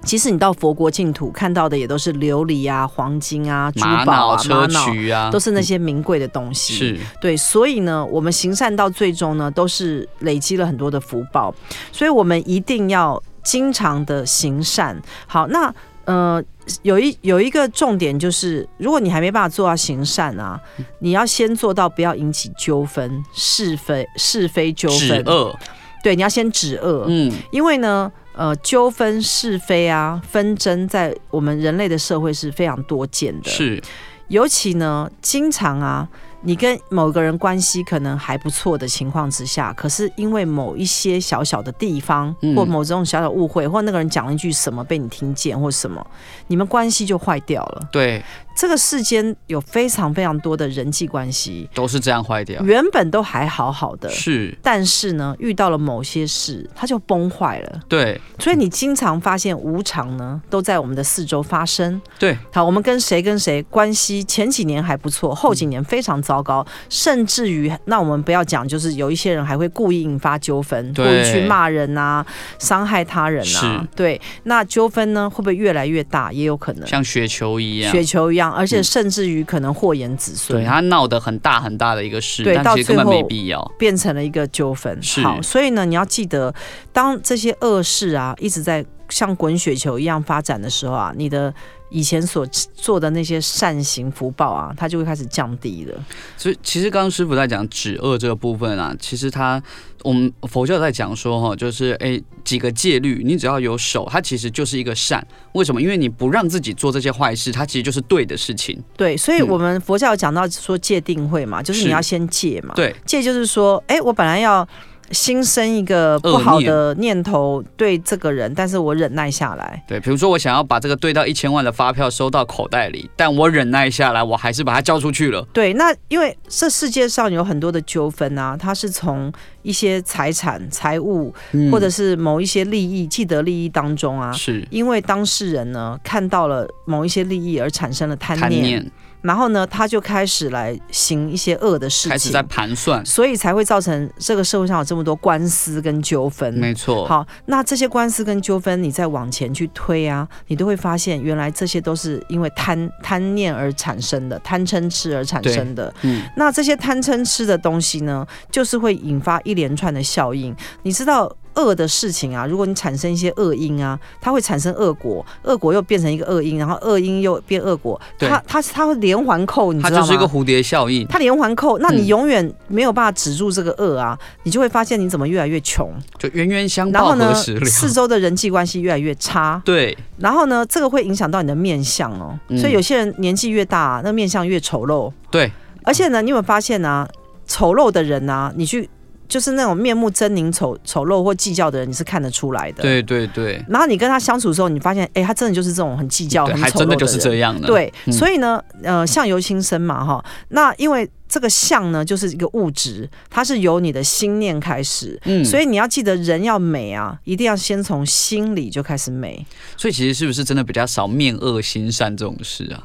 Speaker 1: 其实你到佛国净土看到的也都是琉璃啊、黄金啊、珠
Speaker 2: 玛
Speaker 1: 宝
Speaker 2: 瑙、
Speaker 1: 啊、玛
Speaker 2: 砗
Speaker 1: 瑙，
Speaker 2: 磲啊，嗯
Speaker 1: 都是那些名贵的东西。
Speaker 2: 是
Speaker 1: 对，所以呢，我们行善到最终呢，都是累积了很多的福报，所以我们一定要经常的行善。好，那呃，有一有一个重点就是，如果你还没办法做到行善啊，
Speaker 2: 嗯
Speaker 1: 你要先做到不要引起纠纷、是非是非纠
Speaker 2: 止
Speaker 1: 纷。
Speaker 2: 恶，
Speaker 1: 对，你要先止恶，
Speaker 2: 嗯，
Speaker 1: 因为呢。呃，纠纷是非啊，纷争在我们人类的社会是非常多见的。
Speaker 2: 是
Speaker 1: 尤其呢，经常啊，你跟某个人关系可能还不错的情况之下，可是因为某一些小小的地方，
Speaker 2: 嗯
Speaker 1: 或某种小小误会，或那个人讲了一句什么被你听见，或什么，你们关系就坏掉了。
Speaker 2: 对，
Speaker 1: 这个世间有非常非常多的人际关系，
Speaker 2: 都是这样坏掉，
Speaker 1: 原本都还好好的。
Speaker 2: 啊是，
Speaker 1: 但是呢，遇到了某些事，它就崩坏了。
Speaker 2: 对
Speaker 1: 所以你经常发现无常呢，都在我们的四周发生。
Speaker 2: 对，
Speaker 1: 好，我们跟谁跟谁关系前几年还不错，
Speaker 2: 嗯
Speaker 1: 后几年非常糟糕，甚至于那我们不要讲，就是有一些人还会故意引发纠纷，故
Speaker 2: 对
Speaker 1: 意去骂人啊，伤害他人啊
Speaker 2: 是，
Speaker 1: 对，那纠纷呢会不会越来越大？也有可能，
Speaker 2: 像雪球一样
Speaker 1: 雪。球一样，而且
Speaker 2: 嗯
Speaker 1: 甚至于可能祸延子孙。
Speaker 2: 对他闹得很大很大的一个事，
Speaker 1: 对
Speaker 2: 但
Speaker 1: 到
Speaker 2: 其实根本
Speaker 1: 最后
Speaker 2: 没必要。
Speaker 1: 变成了一个纠纷。
Speaker 2: 是
Speaker 1: 好，所以呢，你要记得，当这些恶事啊一直在像滚雪球一样发展的时候啊，你的以前所做的那些善行福报啊，它就会开始降低了。
Speaker 2: 所以其实刚刚师傅在讲止恶这个部分啊，其实他我们佛教在讲说哈，就是诶几个戒律，你只要有守，它其实就是一个善。为什么？因为你不让自己做这些坏事，它其实就是对的事情。
Speaker 1: 对，所以
Speaker 2: 嗯
Speaker 1: 我们佛教有讲到说戒定慧嘛，就是
Speaker 2: 是
Speaker 1: 你要先戒嘛。，
Speaker 2: 对，
Speaker 1: 戒就是说，哎，我本来要。心生一个不好的念头对这个人，但是我忍耐下来，
Speaker 2: 对，比如说我想要把这个兑到一千万的发票收到口袋里，但我忍耐下来，我还是把它交出去了。
Speaker 1: 对，那因为这世界上有很多的纠纷啊，它是从一些财产、财务
Speaker 2: 嗯
Speaker 1: 或者是某一些利益、既得利益当中啊，
Speaker 2: 是
Speaker 1: 因为当事人呢看到了某一些利益而产生了贪
Speaker 2: 贪
Speaker 1: 念，
Speaker 2: 念，
Speaker 1: 然后呢他就开始来行一些恶的事
Speaker 2: 开始在
Speaker 1: 情，
Speaker 2: 盘算。
Speaker 1: 所以才会造成这个社会上有这么多官司跟纠纷。
Speaker 2: 没错，
Speaker 1: 好，那这些官司跟纠纷，你再往前去推啊，你都会发现，原来这些都是因为贪贪念而产生的，贪嗔痴而产
Speaker 2: 对
Speaker 1: 生的。
Speaker 2: 嗯，
Speaker 1: 那这些贪嗔痴的东西呢，就是会引发一连串的效应。你知道恶的事情啊，如果你产生一些恶因啊，它会产生恶果，恶果又变成一个恶因，然后恶因又变恶果，
Speaker 2: 对
Speaker 1: 它它它会连环扣，你
Speaker 2: 它
Speaker 1: 知
Speaker 2: 就
Speaker 1: 道
Speaker 2: 是一个
Speaker 1: 吗？
Speaker 2: 蝴蝶效应。
Speaker 1: 它连环扣，那
Speaker 2: 嗯
Speaker 1: 你永远没有办法止住这个恶啊，你就会发现你怎么越来越穷，
Speaker 2: 就冤冤相
Speaker 1: 然
Speaker 2: 报
Speaker 1: 后呢
Speaker 2: 何时，了？
Speaker 1: 四周的人际关系越来越差，
Speaker 2: 对，
Speaker 1: 然后呢，这个会影响到你的面相哦，
Speaker 2: 嗯
Speaker 1: 所以有些人年纪越大、那面相越丑陋，
Speaker 2: 对，
Speaker 1: 而且呢，你有没有发现呢、丑陋的人啊，你去就是那种面目狰狞、丑丑陋或计较的人，你是看得出来的。。
Speaker 2: 对对对，
Speaker 1: 然后你跟他相处的时候，你发现，哎、他真的就是这种很计较、
Speaker 2: 对
Speaker 1: 很
Speaker 2: 还
Speaker 1: 丑陋
Speaker 2: 真的就是
Speaker 1: 人
Speaker 2: 这样的。
Speaker 1: 对，
Speaker 2: 嗯
Speaker 1: 所以呢，呃，相由心生嘛，哈。那因为这个相呢，就是一个物质，它是由你的心念开始。
Speaker 2: 嗯
Speaker 1: 所
Speaker 2: 以
Speaker 1: 以你要记得，人要美啊，一定要先从心里就开始美。
Speaker 2: 所以其实是不是真的比较少面恶心善这种事啊？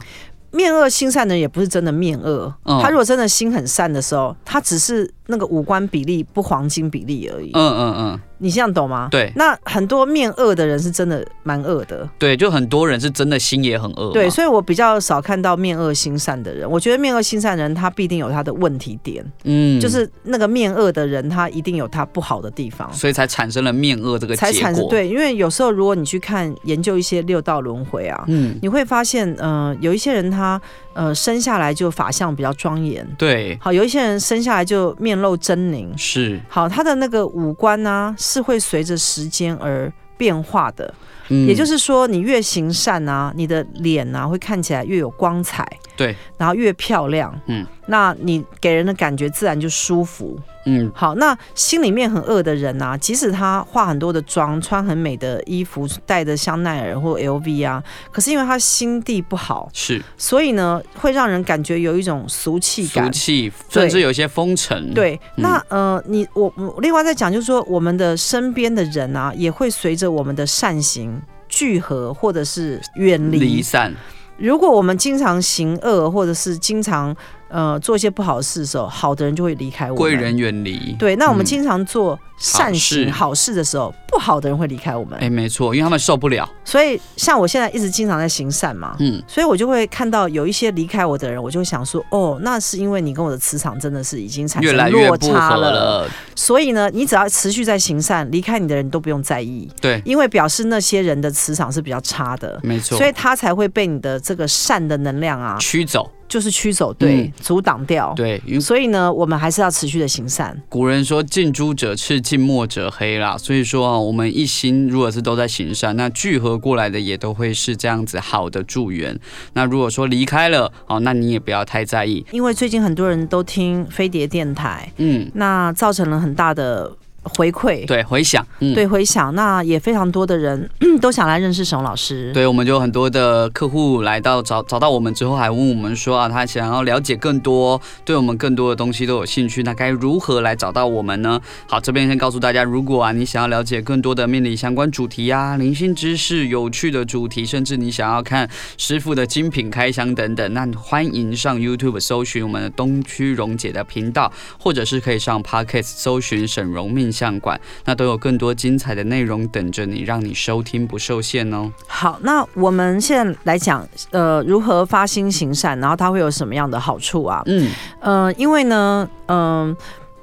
Speaker 1: 面恶心善的人也不是真的面恶，
Speaker 2: 嗯
Speaker 1: 他如果真的心很善的时候，他只是那个五官比例不黄金比例而已。
Speaker 2: 嗯嗯嗯，
Speaker 1: 你这样懂吗？。
Speaker 2: 对
Speaker 1: 那很多面恶的人是真的蛮恶的，
Speaker 2: 对，就很多人是真的心也很恶嘛。
Speaker 1: 对，所以我比较少看到面恶心善的人。我觉得面恶心善的人，他必定有他的问题点，
Speaker 2: 嗯
Speaker 1: 就是那个面恶的人，他一定有他不好的地方，
Speaker 2: 所以才产生了面恶这个结
Speaker 1: 才
Speaker 2: 果。
Speaker 1: 产生对。因为有时候如果你去看研究一些六道轮回啊，
Speaker 2: 嗯，
Speaker 1: 你会发现，呃，有一些人他呃生下来就法相比较庄严，
Speaker 2: 对，
Speaker 1: 好，有一些人生下来就面露狰狞，
Speaker 2: 是，
Speaker 1: 好，他的那个五官呢、是会随着时间而变化的。
Speaker 2: 嗯
Speaker 1: 也就是说，你越行善啊，你的脸啊会看起来越有光彩，
Speaker 2: 对，
Speaker 1: 然后越漂亮，
Speaker 2: 嗯，
Speaker 1: 那你给人的感觉自然就舒服。
Speaker 2: 嗯，
Speaker 1: 好，那心里面很恶的人啊，即使他化很多的妆，穿很美的衣服，戴着香奈儿或 LV 啊，可是因为他心地不好，
Speaker 2: 是
Speaker 1: 所以呢，会让人感觉有一种俗气
Speaker 2: 俗
Speaker 1: 感。
Speaker 2: 气，甚至有一些风尘。，
Speaker 1: 对，
Speaker 2: 嗯
Speaker 1: 那呃，你我我另外再讲，就是说我们的身边的人啊，也会随着我们的善行聚合，或者是远
Speaker 2: 离
Speaker 1: 离。
Speaker 2: 散，
Speaker 1: 如果我们经常行恶，或者是经常呃做一些不好的事的时候，好的人就会离开我们。
Speaker 2: 贵人远离。
Speaker 1: 对，那我们
Speaker 2: 嗯
Speaker 1: 经常做善
Speaker 2: 好事
Speaker 1: 行、好事的时候，不好的人会离开我们。
Speaker 2: 哎，没错，因为他们受不了。
Speaker 1: 所以，像我现在一直经常在行善嘛，
Speaker 2: 嗯，
Speaker 1: 所以我就会看到有一些离开我的人，我就会想说，哦，那是因为你跟我的磁场真的是已经产
Speaker 2: 越
Speaker 1: 生
Speaker 2: 来越
Speaker 1: 落
Speaker 2: 不
Speaker 1: 差
Speaker 2: 合了。
Speaker 1: 所以呢，你只要持续在行善，离开你的人都不用在意，
Speaker 2: 对，
Speaker 1: 因为表示那些人的磁场是比较差的。
Speaker 2: 没错
Speaker 1: 所。以他才会被你的这个善的能量啊，
Speaker 2: 驱走，
Speaker 1: 就是驱走，对，
Speaker 2: 嗯
Speaker 1: 阻挡掉。
Speaker 2: 对，因为
Speaker 1: 所以呢，我们还是要持续的行善。
Speaker 2: 古人说“近朱者赤，近墨者黑”啦，所以说啊，我们一心如果是都在行善，那聚合过来的也都会是这样子好的助缘。那如果说离开了，哦，那你也不要太在意，
Speaker 1: 因为最近很多人都听飞碟电台，
Speaker 2: 嗯，
Speaker 1: 那造成了很大的回馈，
Speaker 2: 对，回想，嗯，
Speaker 1: 对回响，那也非常多的人 都想来认识沈老师。
Speaker 2: 对，我们就有很多的客户来到找找到我们之后，还问我们说啊，他想要了解更多，对我们更多的东西都有兴趣，那该如何来找到我们呢？好，这边先告诉大家，如果啊你想要了解更多的命理相关主题啊、灵性知识、有趣的主题，甚至你想要看师傅的精品开箱等等，那欢迎上 YouTube 搜寻我们的东区荣姐的频道，或者是可以上 Podcast 搜寻沈荣命相馆，那都有更多精彩的内容等着你，让你收听不受限哦。
Speaker 1: 好，那我们现在来讲，呃，如何发心行善，然后它会有什么样的好处啊？
Speaker 2: 嗯。
Speaker 1: 呃，因为呢，嗯、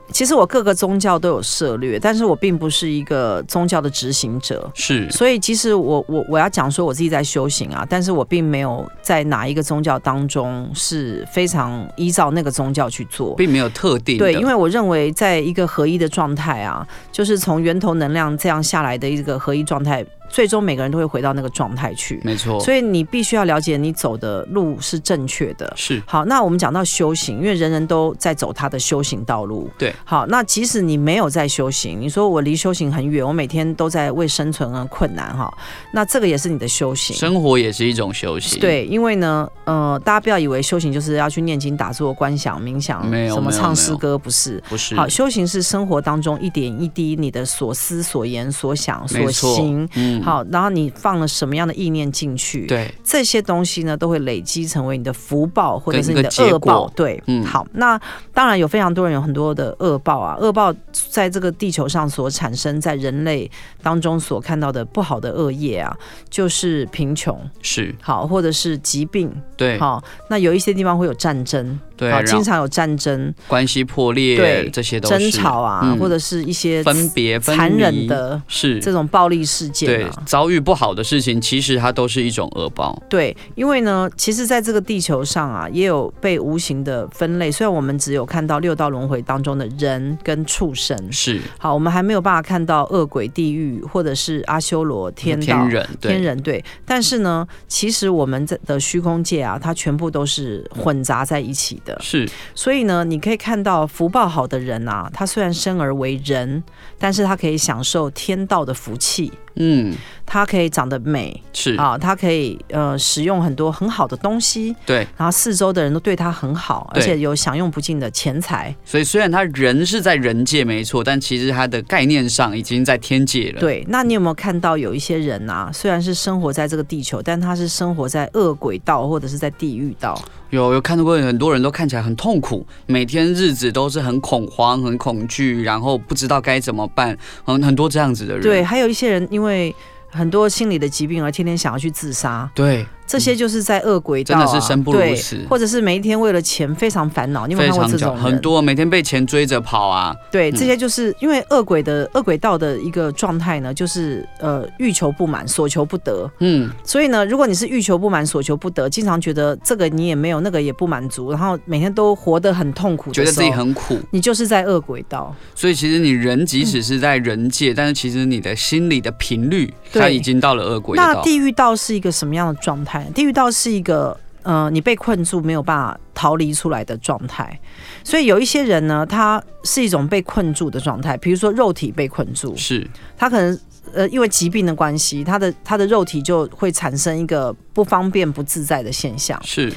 Speaker 1: 其实我各个宗教都有涉略，但是我并不是一个宗教的执行者。
Speaker 2: 是
Speaker 1: 所以，其实我我我要讲说我自己在修行啊，但是我并没有在哪一个宗教当中是非常依照那个宗教去做。
Speaker 2: 并没有特定的，
Speaker 1: 对，因为我认为在一个合一的状态啊，就是从源头能量这样下来的一个合一状态，最终每个人都会回到那个状态去。
Speaker 2: 没错，
Speaker 1: 所以你必须要了解你走的路是正确的。
Speaker 2: 是
Speaker 1: 好，那我们讲到修行，因为人人都在走他的修行道路。
Speaker 2: 对，
Speaker 1: 好，那即使你没有在修行，你说我离修行很远，我每天都在为生存而困难哈，那这个也是你的修行。
Speaker 2: 生活也是一种修行，，
Speaker 1: 对，因为呢，呃，大家不要以为修行就是要去念经、打坐、观想、冥想，
Speaker 2: 没有
Speaker 1: 什么
Speaker 2: 没有
Speaker 1: 唱
Speaker 2: 没
Speaker 1: 诗
Speaker 2: 有
Speaker 1: 歌，不是。
Speaker 2: 不是
Speaker 1: 好，修行是生活当中一点一滴你的所思、所言、所想、
Speaker 2: 没
Speaker 1: 所
Speaker 2: 错
Speaker 1: 行。
Speaker 2: 嗯，
Speaker 1: 好，然后你放了什么样的意念进去？，
Speaker 2: 对，
Speaker 1: 这些东西呢，都会累积成为你的福报或者
Speaker 2: 跟
Speaker 1: 是
Speaker 2: 一
Speaker 1: 你
Speaker 2: 个
Speaker 1: 的
Speaker 2: 结
Speaker 1: 恶报
Speaker 2: 果。
Speaker 1: 对，
Speaker 2: 嗯
Speaker 1: 好，那当然有非常多人有很多的恶报啊，恶报在这个地球上所产生在人类当中所看到的不好的恶业啊，就是贫穷，
Speaker 2: 是，
Speaker 1: 好，或者是疾病，
Speaker 2: 对，
Speaker 1: 好，那有一些地方会有战争，
Speaker 2: 对，
Speaker 1: 好，
Speaker 2: 然
Speaker 1: 经
Speaker 2: 后
Speaker 1: 常有战争。
Speaker 2: 关系破裂，
Speaker 1: 对
Speaker 2: 这些都
Speaker 1: 争
Speaker 2: 是
Speaker 1: 吵啊，
Speaker 2: 嗯
Speaker 1: 或者是一些
Speaker 2: 分别分
Speaker 1: 残
Speaker 2: 离
Speaker 1: 忍的
Speaker 2: 是
Speaker 1: 这种暴力事件
Speaker 2: 对
Speaker 1: 啊。
Speaker 2: 遭遇不好的事情，其实它都是一种恶报，
Speaker 1: 对，因为呢，其实在这个地球上啊，也有被无形的分类。虽然我们只有看到六道轮回当中的人跟畜生，
Speaker 2: 是
Speaker 1: 好，我们还没有办法看到恶鬼、地狱或者是阿修罗、天道、
Speaker 2: 天人，
Speaker 1: 天
Speaker 2: 对，
Speaker 1: 人对，但是呢，其实我们在的虚空界啊，它全部都是混杂在一起的。
Speaker 2: 是
Speaker 1: 所以呢，你可以看到福报好的人啊，他虽然生而为人，但是他可以享受天道的福气，
Speaker 2: 嗯
Speaker 1: 他可以长得美
Speaker 2: 是，
Speaker 1: 啊，他可以呃使用很多很好的东西，
Speaker 2: 对，
Speaker 1: 然后四周的人都对他很好，而
Speaker 2: 对
Speaker 1: 且有享用不尽的钱财。
Speaker 2: 所以虽然他人是在人界没错，但其实他的概念上已经在天界了，，
Speaker 1: 对，那你有没有看到有一些人啊，虽然是生活在这个地球，但他是生活在恶鬼道或者是在地狱道？
Speaker 2: 有有看到过很多人都看起来很痛苦，每天日子都是很恐慌、很恐惧，然后不知道该怎么办，很很多这样子的人。
Speaker 1: 对，还有一些人因为很多心理的疾病而天天想要去自杀。
Speaker 2: 对，嗯
Speaker 1: 这些就是在恶鬼道、
Speaker 2: 真
Speaker 1: 啊
Speaker 2: 的是生不如死
Speaker 1: 对或者是每一天为了钱非常烦恼，你有没
Speaker 2: 非
Speaker 1: 有看过
Speaker 2: 常
Speaker 1: 这
Speaker 2: 久
Speaker 1: 种人？
Speaker 2: 很多每天被钱追着跑啊，
Speaker 1: 对，
Speaker 2: 嗯
Speaker 1: 这些就是因为恶鬼的恶鬼道的一个状态呢，就是呃欲求不满，所求不得。
Speaker 2: 嗯，
Speaker 1: 所以呢，如果你是欲求不满，所求不得，经常觉得这个你也没有，那个也不满足，然后每天都活得很痛苦的时
Speaker 2: 觉
Speaker 1: 候，
Speaker 2: 得自己很苦，
Speaker 1: 你就是在恶鬼道。
Speaker 2: 所以其实你人即
Speaker 1: 嗯
Speaker 2: 使是在人界，但是其实你的心理的频率，
Speaker 1: 对
Speaker 2: 它已经到了恶鬼的
Speaker 1: 那
Speaker 2: 道，
Speaker 1: 地狱道是一个什么样的状态？地狱道是一个。呃，你被困住没有办法逃离出来的状态。所以有一些人呢，他是一种被困住的状态，比如说肉体被困住，
Speaker 2: 是
Speaker 1: 他可能呃因为疾病的关系，他的他的肉体就会产生一个不方便、不自在的现象，
Speaker 2: 是，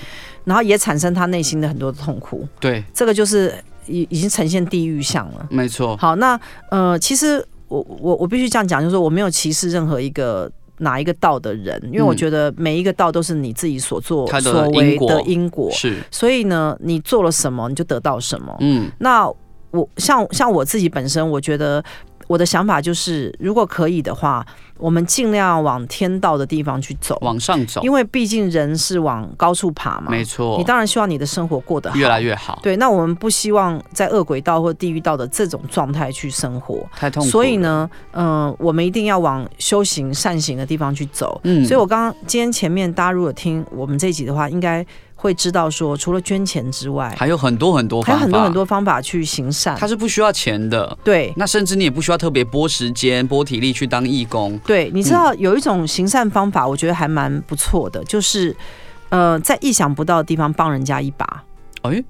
Speaker 1: 然后也产生他内心的很多的痛苦。
Speaker 2: 对，
Speaker 1: 这个就是已已经呈现地狱相了。
Speaker 2: 没错，
Speaker 1: 好，那呃，其实我我我必须这样讲，就是说我没有歧视任何一个。哪一个道的人？因为我
Speaker 2: 嗯
Speaker 1: 觉得每一个道都是你自己所做
Speaker 2: 它的
Speaker 1: 所为
Speaker 2: 因果
Speaker 1: 的因果，
Speaker 2: 是，
Speaker 1: 所以呢，你做了什么，你就得到什么。
Speaker 2: 嗯，
Speaker 1: 那我像像我自己本身，我觉得我的想法就是，如果可以的话，我们尽量往天道的地方去走，
Speaker 2: 往上走，
Speaker 1: 因为毕竟人是往高处爬嘛。
Speaker 2: 没错，
Speaker 1: 你当然希望你的生活过得好
Speaker 2: 越来越好，
Speaker 1: 对。那我们不希望在恶鬼道或地狱道的这种状态去生活，
Speaker 2: 太痛苦了，
Speaker 1: 所以呢，嗯、我们一定要往修行善行的地方去走。
Speaker 2: 嗯，
Speaker 1: 所以我刚刚今天前面大家如果听我们这一集的话，应该会知道说，除了捐钱之外，
Speaker 2: 还有很多很多
Speaker 1: 还有
Speaker 2: 方法，
Speaker 1: 很多很，多方法去行善
Speaker 2: 它。是不需要钱的，
Speaker 1: 对
Speaker 2: 那甚至你也不需要特别拨时间、拨体力去当义工，
Speaker 1: 对，你知道有一种行善方法，我觉得还蛮不错的，就是呃，在意想不到的地方帮人家一把。
Speaker 2: 哎，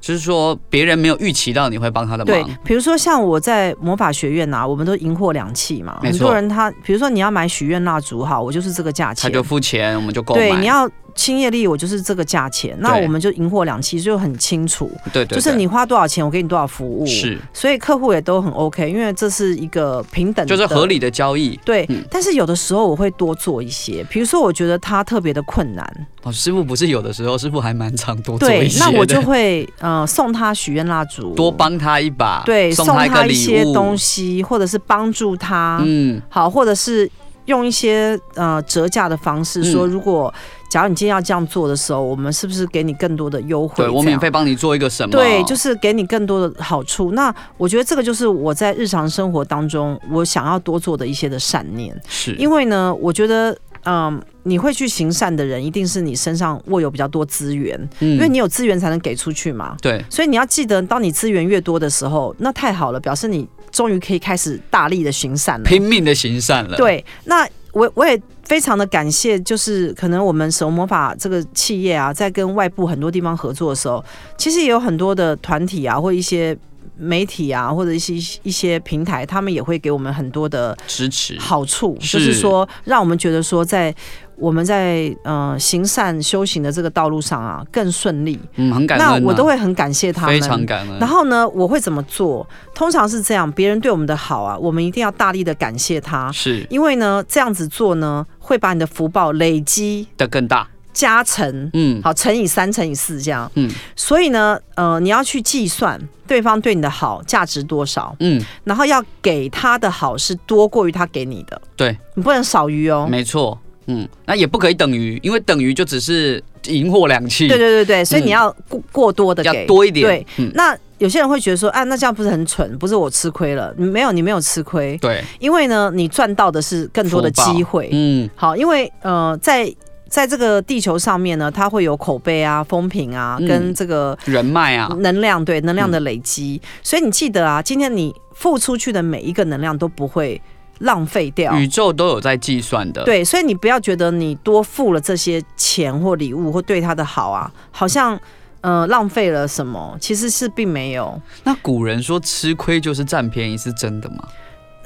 Speaker 2: 就是说别人没有预期到你会帮他的
Speaker 1: 对
Speaker 2: 忙，，
Speaker 1: 比如说像我在魔法学院啊，我们都赢货两气嘛，
Speaker 2: 没
Speaker 1: 很
Speaker 2: 错
Speaker 1: 多人他，比如说你要买许愿蜡烛，好，我就是这个价
Speaker 2: 他
Speaker 1: 钱。
Speaker 2: 就付钱，我们就购买，
Speaker 1: 对，你要清业力，我就是这个价钱，那
Speaker 2: 对
Speaker 1: 我们就赢货两期，就很清楚，
Speaker 2: 对对，
Speaker 1: 就是
Speaker 2: 对
Speaker 1: 你花多少钱，我给你多少服务。
Speaker 2: 是，
Speaker 1: 所以客户也都很 OK，因为这是一个平等，
Speaker 2: 就是合。理的交易。
Speaker 1: 对，
Speaker 2: 嗯
Speaker 1: 但是有的时候我会多做一些，比如说我觉得他特别的困难，
Speaker 2: 哦，师傅不是有的时候，师傅还蛮常多做一
Speaker 1: 对
Speaker 2: 些，
Speaker 1: 那我
Speaker 2: 的
Speaker 1: 就会呃送他许愿蜡烛，
Speaker 2: 多帮他一把，
Speaker 1: 对
Speaker 2: 送
Speaker 1: 送
Speaker 2: 他一个
Speaker 1: 他
Speaker 2: 礼
Speaker 1: 一
Speaker 2: 物，
Speaker 1: 些东西，啊或者是帮助他，
Speaker 2: 嗯，
Speaker 1: 好，或者是用一些呃折价的方式说，
Speaker 2: 嗯
Speaker 1: 如果假如你今天要这样做的时候，我们是不是给你更多的优惠？
Speaker 2: 对我
Speaker 1: 这
Speaker 2: 免
Speaker 1: 样
Speaker 2: 费。帮你做一个什么？
Speaker 1: 对，就是是给你更多的好处。那我觉得这个就是我在日常生活当中我想要多做的一些的善念。
Speaker 2: 是
Speaker 1: 因为呢，我觉得，嗯，你会去行善的人，一定是你身上握有比较多资源，
Speaker 2: 因
Speaker 1: 因为你有资源才能给出去嘛。
Speaker 2: 嗯对
Speaker 1: 所以你要记得，当你资源越多的时候，那太好了，表示你终于可以开始大力的行善了。
Speaker 2: 拼命的行善了，，
Speaker 1: 对，那我我也非常的感谢，就是可能我们手魔法这个企业啊，在跟外部很多地方合作的时候，其实也有很多的团体啊，或一些媒体啊，或者一些一些平台，他们也会给我们很多的
Speaker 2: 支持
Speaker 1: 好处，
Speaker 2: 是
Speaker 1: 就是说让我们觉得说在。我们在呃行善修行的这个道路上啊，更顺利。
Speaker 2: 嗯，很感恩啊、
Speaker 1: 那我都会很感谢他们，
Speaker 2: 非常感恩。
Speaker 1: 然后呢，我会怎么做？通常是这样，别人对我们的好啊，我们一定要大力的感谢他，
Speaker 2: 是
Speaker 1: 因为呢，这样子做呢，会把你的福报累积
Speaker 2: 的更大，
Speaker 1: 加成，
Speaker 2: 嗯，
Speaker 1: 好乘以三、乘以四这样。
Speaker 2: 嗯
Speaker 1: 所以呢，呃，你要去计算对方对你的好价值多少，
Speaker 2: 嗯，
Speaker 1: 然后要给他的好是多过于他给你的，
Speaker 2: 对，
Speaker 1: 你不能少于哦。
Speaker 2: 没错，嗯，那也不可以等于，因为等于就只是赢货两气，
Speaker 1: 对对对对，所以
Speaker 2: 嗯
Speaker 1: 你要过过多的
Speaker 2: 要
Speaker 1: 给。
Speaker 2: 多一点，
Speaker 1: 对，
Speaker 2: 嗯，
Speaker 1: 那有些人会觉得说，啊，那这样不是很蠢？不是我吃亏了？没有，你没有吃亏。
Speaker 2: 对，
Speaker 1: 因为呢，你赚到的是更多的机会。
Speaker 2: 嗯，
Speaker 1: 好，因为呃，在在这个地球上面呢，它会有口碑啊、风评啊，
Speaker 2: 嗯
Speaker 1: 跟这个
Speaker 2: 人脉啊，嗯
Speaker 1: 能量对能量的累积。所以你记得啊，今天你付出去的每一个能量都不会浪费掉。
Speaker 2: 宇宙都有在计算的，，
Speaker 1: 啊对，所以你不要觉得你多付了这些钱或礼物或对他的好啊，好像呃浪费了什么，其实是并没有。
Speaker 2: 那古人说吃亏就是占便宜，是真的吗？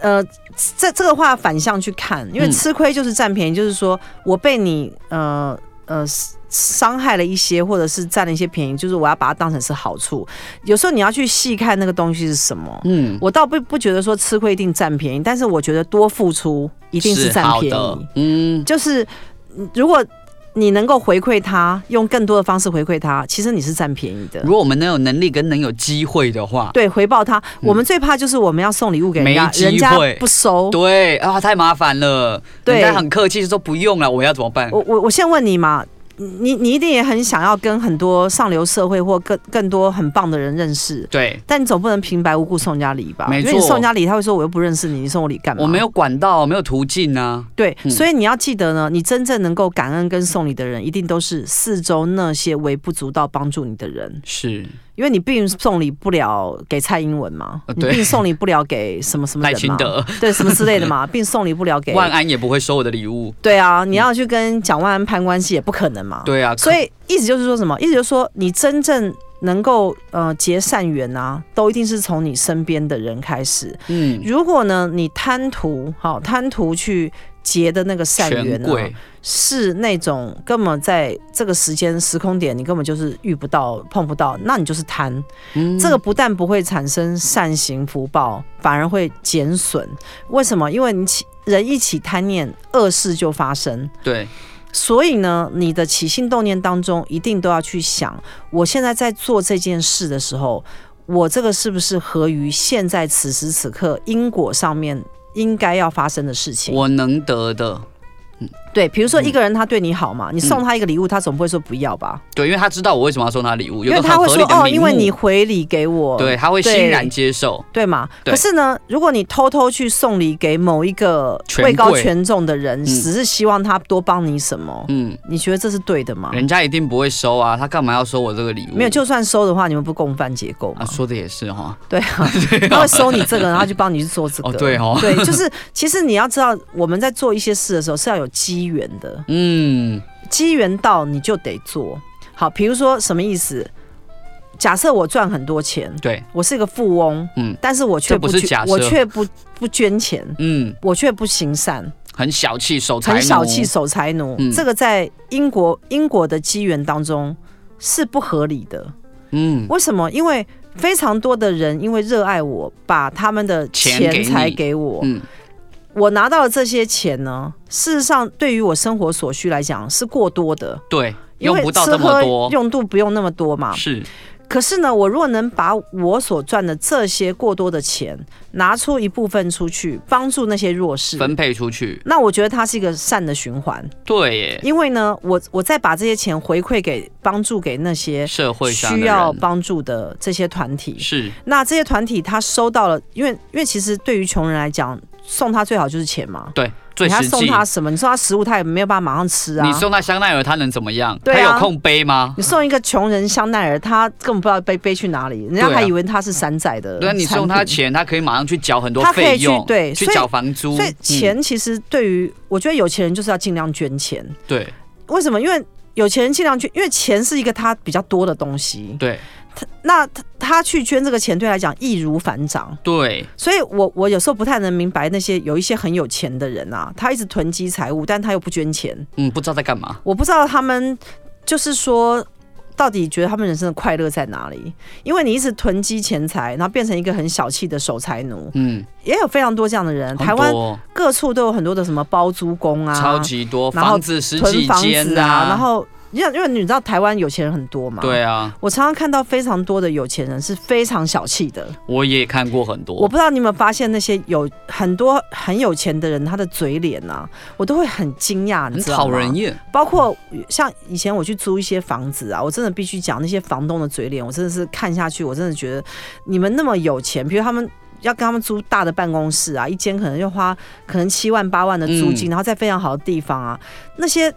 Speaker 1: 呃，这这个话反向去看，因为
Speaker 2: 嗯
Speaker 1: 吃亏就是占便宜，就是说我被你呃呃伤害了一些，或者是占了一些便宜，就是我要把它当成是好处。有时候你要去细看那个东西是什么。
Speaker 2: 嗯，
Speaker 1: 我倒不不觉得说吃亏一定占便宜，但是我觉得多付出一
Speaker 2: 一
Speaker 1: 定是占便宜
Speaker 2: 的。，嗯，
Speaker 1: 就是嗯如果你能够回馈他，用更多的方式回馈他，其实你是占便宜的
Speaker 2: 如。果我们能有能力跟能有机会的话，
Speaker 1: 对，回报他。我们最怕就是我们要送礼物给人家
Speaker 2: 没，机
Speaker 1: 人家
Speaker 2: 会
Speaker 1: 不收。
Speaker 2: 对啊，太麻烦了。
Speaker 1: 对哦
Speaker 2: 人家很客气就说不用了，我要怎么 办？
Speaker 1: 我我我先问你嘛，你你一定也很想要跟很多上流社会或更更多很棒的人认识，
Speaker 2: 对
Speaker 1: 但你总不能平白无故送人家礼吧？
Speaker 2: 没
Speaker 1: 因为你
Speaker 2: 错
Speaker 1: 送人家礼，他会说我又不认识你，你送我礼干嘛？
Speaker 2: 我没有管道，没有途径啊。
Speaker 1: 对，
Speaker 2: 嗯
Speaker 1: 所以你要记得呢，你真正能够感恩跟送礼的人，一定都是四周那些微不足道帮助你的人，
Speaker 2: 是
Speaker 1: 因为你并送礼不了给蔡英文嘛，
Speaker 2: 呃
Speaker 1: 你
Speaker 2: 对
Speaker 1: 并送礼不了给什么什么
Speaker 2: 赖
Speaker 1: 人
Speaker 2: 清
Speaker 1: 嘛，
Speaker 2: 德、
Speaker 1: 对什么之类的 嘛，并送礼不了给
Speaker 2: 万安也不会收我的礼物。
Speaker 1: 对啊，你要去跟蒋万安攀关系也不可能嘛。，
Speaker 2: 对啊，
Speaker 1: 所以意思就是说什么？意思就是说，你真正能够呃结善缘啊，都一定是从你身边的人开始。
Speaker 2: 嗯，
Speaker 1: 如果呢，你贪图好、贪图去结的那个善
Speaker 2: 权
Speaker 1: 缘、啊
Speaker 2: 贵，，
Speaker 1: 是那种根本在这个时间时空点你根本就是遇不到、碰不到，那你就是贪。
Speaker 2: 嗯
Speaker 1: 这个不但不会产生善行福报，反而会减损。为什么？因为你起人一起贪念，恶事就发生。
Speaker 2: 对，
Speaker 1: 所以呢，你的起心动念当中，一定都要去想，我现在在做这件事的时候，我这个是不是合于现在此时此刻因果上面应该要发生的事情？
Speaker 2: 我能得的，
Speaker 1: 对，比如说
Speaker 2: 嗯
Speaker 1: 一个人他对你好嘛，你送他一个礼物，他总不会说不要吧？
Speaker 2: 对，因为他知道我为什么要送他礼物，有
Speaker 1: 因为
Speaker 2: 个
Speaker 1: 他
Speaker 2: 很
Speaker 1: 会
Speaker 2: 合
Speaker 1: 说
Speaker 2: 理的
Speaker 1: 哦，
Speaker 2: 名
Speaker 1: 因为
Speaker 2: 目
Speaker 1: 你回礼给我，
Speaker 2: 对，他会
Speaker 1: 对
Speaker 2: 欣然接受。
Speaker 1: 对嘛？
Speaker 2: 对
Speaker 1: 可是呢，如果你偷偷去送礼给某一个
Speaker 2: 权贵
Speaker 1: 位高权重的人，
Speaker 2: 嗯
Speaker 1: 只是希望他多帮你什么，
Speaker 2: 嗯，
Speaker 1: 你觉得这是对的吗？
Speaker 2: 人家一定不会收啊，他干嘛要收我这个礼
Speaker 1: 啊
Speaker 2: 物？
Speaker 1: 没有，就算哦收的话，你们不共犯结构
Speaker 2: 啊，
Speaker 1: 吗？
Speaker 2: 说的也是哈，
Speaker 1: 对啊， 他会收你这个，然后就帮你去做这个。
Speaker 2: 哦对哦
Speaker 1: 对，就是其实你要知道，我们在做一些事的时候是要有机缘的，
Speaker 2: 嗯，
Speaker 1: 机缘到你就得做好。比如说什么意思？假设我赚很多钱，
Speaker 2: 对，
Speaker 1: 我是一个富翁，
Speaker 2: 嗯
Speaker 1: 嗯，但是我却
Speaker 2: 这不是
Speaker 1: 捐
Speaker 2: 假设
Speaker 1: 我却不不捐钱，
Speaker 2: 嗯，
Speaker 1: 我却不行善，
Speaker 2: 很小气，守财奴
Speaker 1: 很小气，守财奴，
Speaker 2: 嗯
Speaker 1: 这个在英国英国的机缘当中是不合理的。
Speaker 2: 嗯，
Speaker 1: 为什么？因为非常多的人因为热爱我，把他们的
Speaker 2: 钱
Speaker 1: 钱
Speaker 2: 给你
Speaker 1: 财给我，
Speaker 2: 嗯，
Speaker 1: 我拿到了这些钱呢，事实上对于我生活所需来讲是过多的，
Speaker 2: 对，
Speaker 1: 因
Speaker 2: 用
Speaker 1: 为
Speaker 2: 不到
Speaker 1: 吃
Speaker 2: 这么
Speaker 1: 喝
Speaker 2: 多，
Speaker 1: 用啊度不用那么多嘛。
Speaker 2: 是，
Speaker 1: 可是呢，我如果能把我所赚的这些过多的钱拿出一部分出去，帮助那些弱势。
Speaker 2: 分配出去，
Speaker 1: 那我觉得它是一个善的循环，
Speaker 2: 对耶，
Speaker 1: 因为呢，我我再把这些钱回馈给帮助给那些
Speaker 2: 社会上的
Speaker 1: 需要
Speaker 2: 人
Speaker 1: 帮助的这些团体，
Speaker 2: 是，
Speaker 1: 那这些团体他收到了，因为因为其实对于穷人来讲，送他最好就是钱嘛。
Speaker 2: 对，最
Speaker 1: 你还
Speaker 2: 实
Speaker 1: 送
Speaker 2: 际。
Speaker 1: 他什么？你送他食物，他也没有办法马上吃啊。
Speaker 2: 你送他香奈儿，他能怎么样？
Speaker 1: 对啊
Speaker 2: 他有空背吗？
Speaker 1: 你送一个穷人香奈儿，他根本不知道背背去哪里，人家
Speaker 2: 对啊
Speaker 1: 还以为他是山寨的。
Speaker 2: 对啊，你送他。钱，他可以马上去缴很多
Speaker 1: 他可以
Speaker 2: 费
Speaker 1: 去
Speaker 2: 用，
Speaker 1: 对
Speaker 2: 去
Speaker 1: 所以
Speaker 2: 缴房租，
Speaker 1: 所以
Speaker 2: 嗯
Speaker 1: 钱其实对于、我觉得有钱人就是要尽量捐钱，
Speaker 2: 对
Speaker 1: 为什么？因为有钱人尽量捐，因为钱是一个他比较多的东西。
Speaker 2: 对
Speaker 1: 那他他去捐这个钱，对他来讲易如反掌。
Speaker 2: 对，
Speaker 1: 所以我我有时候不太能明白那些有一些很有钱的人啊，他一直囤积财物，但他又不捐钱，
Speaker 2: 嗯，不知道在干嘛，
Speaker 1: 我不知道他们就是说。到底觉得他们人生的快乐在哪里？因为你一直囤积钱财，然后变成一个很小气的守财奴，
Speaker 2: 嗯，
Speaker 1: 也有非常多这样的人。
Speaker 2: 很
Speaker 1: 台湾
Speaker 2: 多
Speaker 1: 各处都有很多的什么包租公啊，
Speaker 2: 超级多，
Speaker 1: 然后
Speaker 2: 房子十
Speaker 1: 囤
Speaker 2: 几
Speaker 1: 房
Speaker 2: 间
Speaker 1: 子啊，然后因为因为你知道台湾有钱人很多嘛，
Speaker 2: 对啊，
Speaker 1: 我常常看到非常多的有钱人是非常小气的。
Speaker 2: 我也看过很
Speaker 1: 我
Speaker 2: 多，
Speaker 1: 不知道你有没有发现，那些有很多很有钱的人，他的嘴脸啊，我都会很惊讶，你
Speaker 2: 很
Speaker 1: 知道
Speaker 2: 讨
Speaker 1: 吗
Speaker 2: 人？厌，
Speaker 1: 包括像以前我去租一些房子啊，我真的必须讲那些房东的嘴脸，我真的是看下去，我真的觉得你们那么有钱，比如他们。要跟他们租大的办公室啊，一间可能要花可能七万八万的租金，
Speaker 2: 嗯
Speaker 1: 然后在非常好的地方啊，那些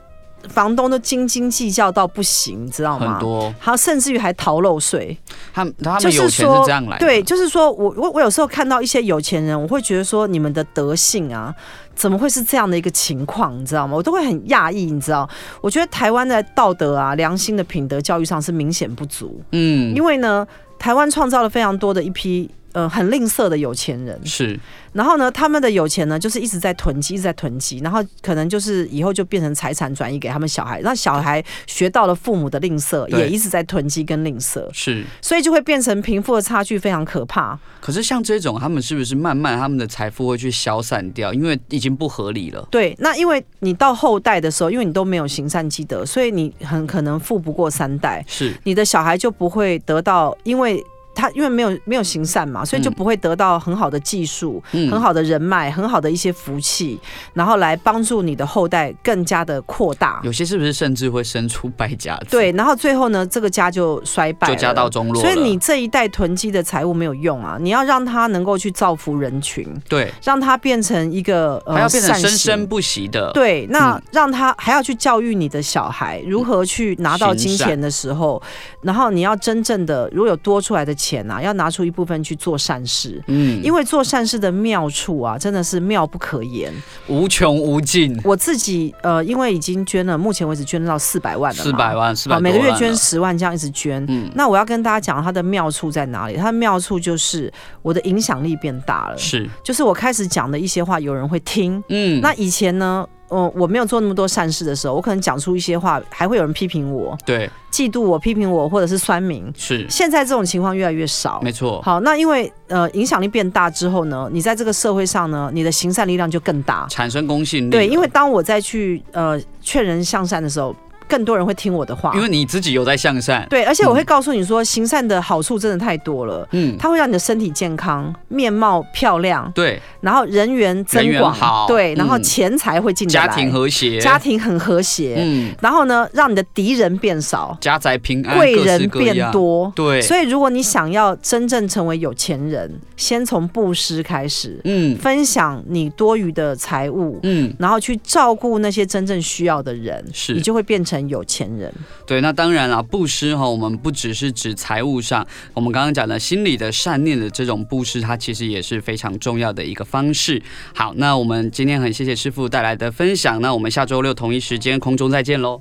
Speaker 1: 房东都斤斤计较到不行，你知道吗？
Speaker 2: 很多，
Speaker 1: 还有甚至于还逃漏税，
Speaker 2: 他们他
Speaker 1: 就
Speaker 2: 们
Speaker 1: 是
Speaker 2: 有钱是
Speaker 1: 说
Speaker 2: 这样来的，
Speaker 1: 对，就是说我我我有时候看到一些有钱人，我会觉得说你们的德性啊，怎么会是这样的一个情况？你知道吗？我都会很讶异，你知道？我觉得台湾在道德啊、良心的品德教育上是明显不足，
Speaker 2: 嗯
Speaker 1: 因，为呢，台湾创造了非常多的一批。呃，很吝啬的有钱人，
Speaker 2: 是
Speaker 1: 然后呢，他们的有钱呢，就是一直在囤积，一直在囤积，然后可能就是以后就变成财产转移给他们小孩，让小孩学到了父母的吝啬，
Speaker 2: 对
Speaker 1: 也一直在囤积跟吝啬，
Speaker 2: 是。
Speaker 1: 所以就会变成贫富的差距非常可怕。
Speaker 2: 可是像这种，他们是不是慢慢他们的财富会去消散掉？因为已经不合理了。
Speaker 1: 对，那因为你到后代的时候，因为你都没有行善积德，所以你很可能富不过三代，
Speaker 2: 是
Speaker 1: 你的小孩就不会得到因为他因为没有没有行善嘛，所以就
Speaker 2: 嗯
Speaker 1: 不会得到很好的技术、
Speaker 2: 嗯
Speaker 1: 很好的人脉、很好的一些福气，然后来帮助你的后代更加的扩大。
Speaker 2: 有些是不是甚至会生出败家子？
Speaker 1: 对，，然后最后呢，这个家就衰败了，
Speaker 2: 就家道中落了。
Speaker 1: 所以你这一代囤积的财物没有用啊，你要让它能够去造福人群，
Speaker 2: 对，
Speaker 1: 让它变成一个呃
Speaker 2: 还要变成
Speaker 1: 善
Speaker 2: 生
Speaker 1: 行
Speaker 2: 生不息的。
Speaker 1: 对，那
Speaker 2: 嗯
Speaker 1: 让他还要去教育你的小孩如何去拿到金钱的时候，然后你要真正的，如果有多出来的钱啊，要拿出一部分去做善事，
Speaker 2: 嗯，
Speaker 1: 因为做善事的妙处啊，真的是妙不可言。
Speaker 2: 无穷无尽，
Speaker 1: 我自己呃，因为已经捐了，目前为止捐到四百万了嘛，
Speaker 2: 四百万，四
Speaker 1: 好，
Speaker 2: 百
Speaker 1: 每个月捐十万这样一直捐。
Speaker 2: 嗯
Speaker 1: 那我要跟大家讲它的妙处在哪里？它的妙处就是我的影响力变大了，
Speaker 2: 是，
Speaker 1: 就是我开始讲的一些话，有人会听，
Speaker 2: 嗯，
Speaker 1: 那以前呢，呃，我没有做那么多善事的时候，我可能讲出一些话，还会有人批评我、
Speaker 2: 对
Speaker 1: 嫉妒我、批评我，或者是酸民。
Speaker 2: 是，
Speaker 1: 现在这种情况越来越少。
Speaker 2: 没错，
Speaker 1: 好，那因为呃影响力变大之后呢，你在这个社会上呢，你的行善力量就更大。
Speaker 2: 产生公信力了。
Speaker 1: 对，因为当我再去呃劝人向善的时候，更多人会听我的话
Speaker 2: 因。为你自己有在向善，
Speaker 1: 对，而且我会
Speaker 2: 嗯
Speaker 1: 告诉你说，行善的好处真的太多了，
Speaker 2: 嗯，
Speaker 1: 它会让你的身体健康、面貌漂亮，
Speaker 2: 对，
Speaker 1: 然后人缘
Speaker 2: 人
Speaker 1: 增
Speaker 2: 缘
Speaker 1: 广，
Speaker 2: 好
Speaker 1: 对，然后
Speaker 2: 嗯
Speaker 1: 钱财会进得
Speaker 2: 家
Speaker 1: 来，
Speaker 2: 庭和谐，
Speaker 1: 家庭很和谐，
Speaker 2: 嗯，
Speaker 1: 然后呢，让你的敌人变少，
Speaker 2: 家宅平安，
Speaker 1: 贵
Speaker 2: 哎各式
Speaker 1: 人
Speaker 2: 各
Speaker 1: 变
Speaker 2: 样，
Speaker 1: 多。
Speaker 2: 对，
Speaker 1: 所以，如果你想要真正成为有钱人，先从布施开始，
Speaker 2: 嗯
Speaker 1: 分享你多余的财物，
Speaker 2: 嗯。
Speaker 1: 然后去照顾那些真正需要的人，
Speaker 2: 是
Speaker 1: 你就会变成有钱人。
Speaker 2: 对，那当然啦，啊布施哈，我们不只是指财务上，我们刚刚讲的心理的善念的这种布施，它其实也是非常重要的一个方式。好，那我们今天很谢谢师傅带来的分享，那我们下周六同一时间空中再见喽。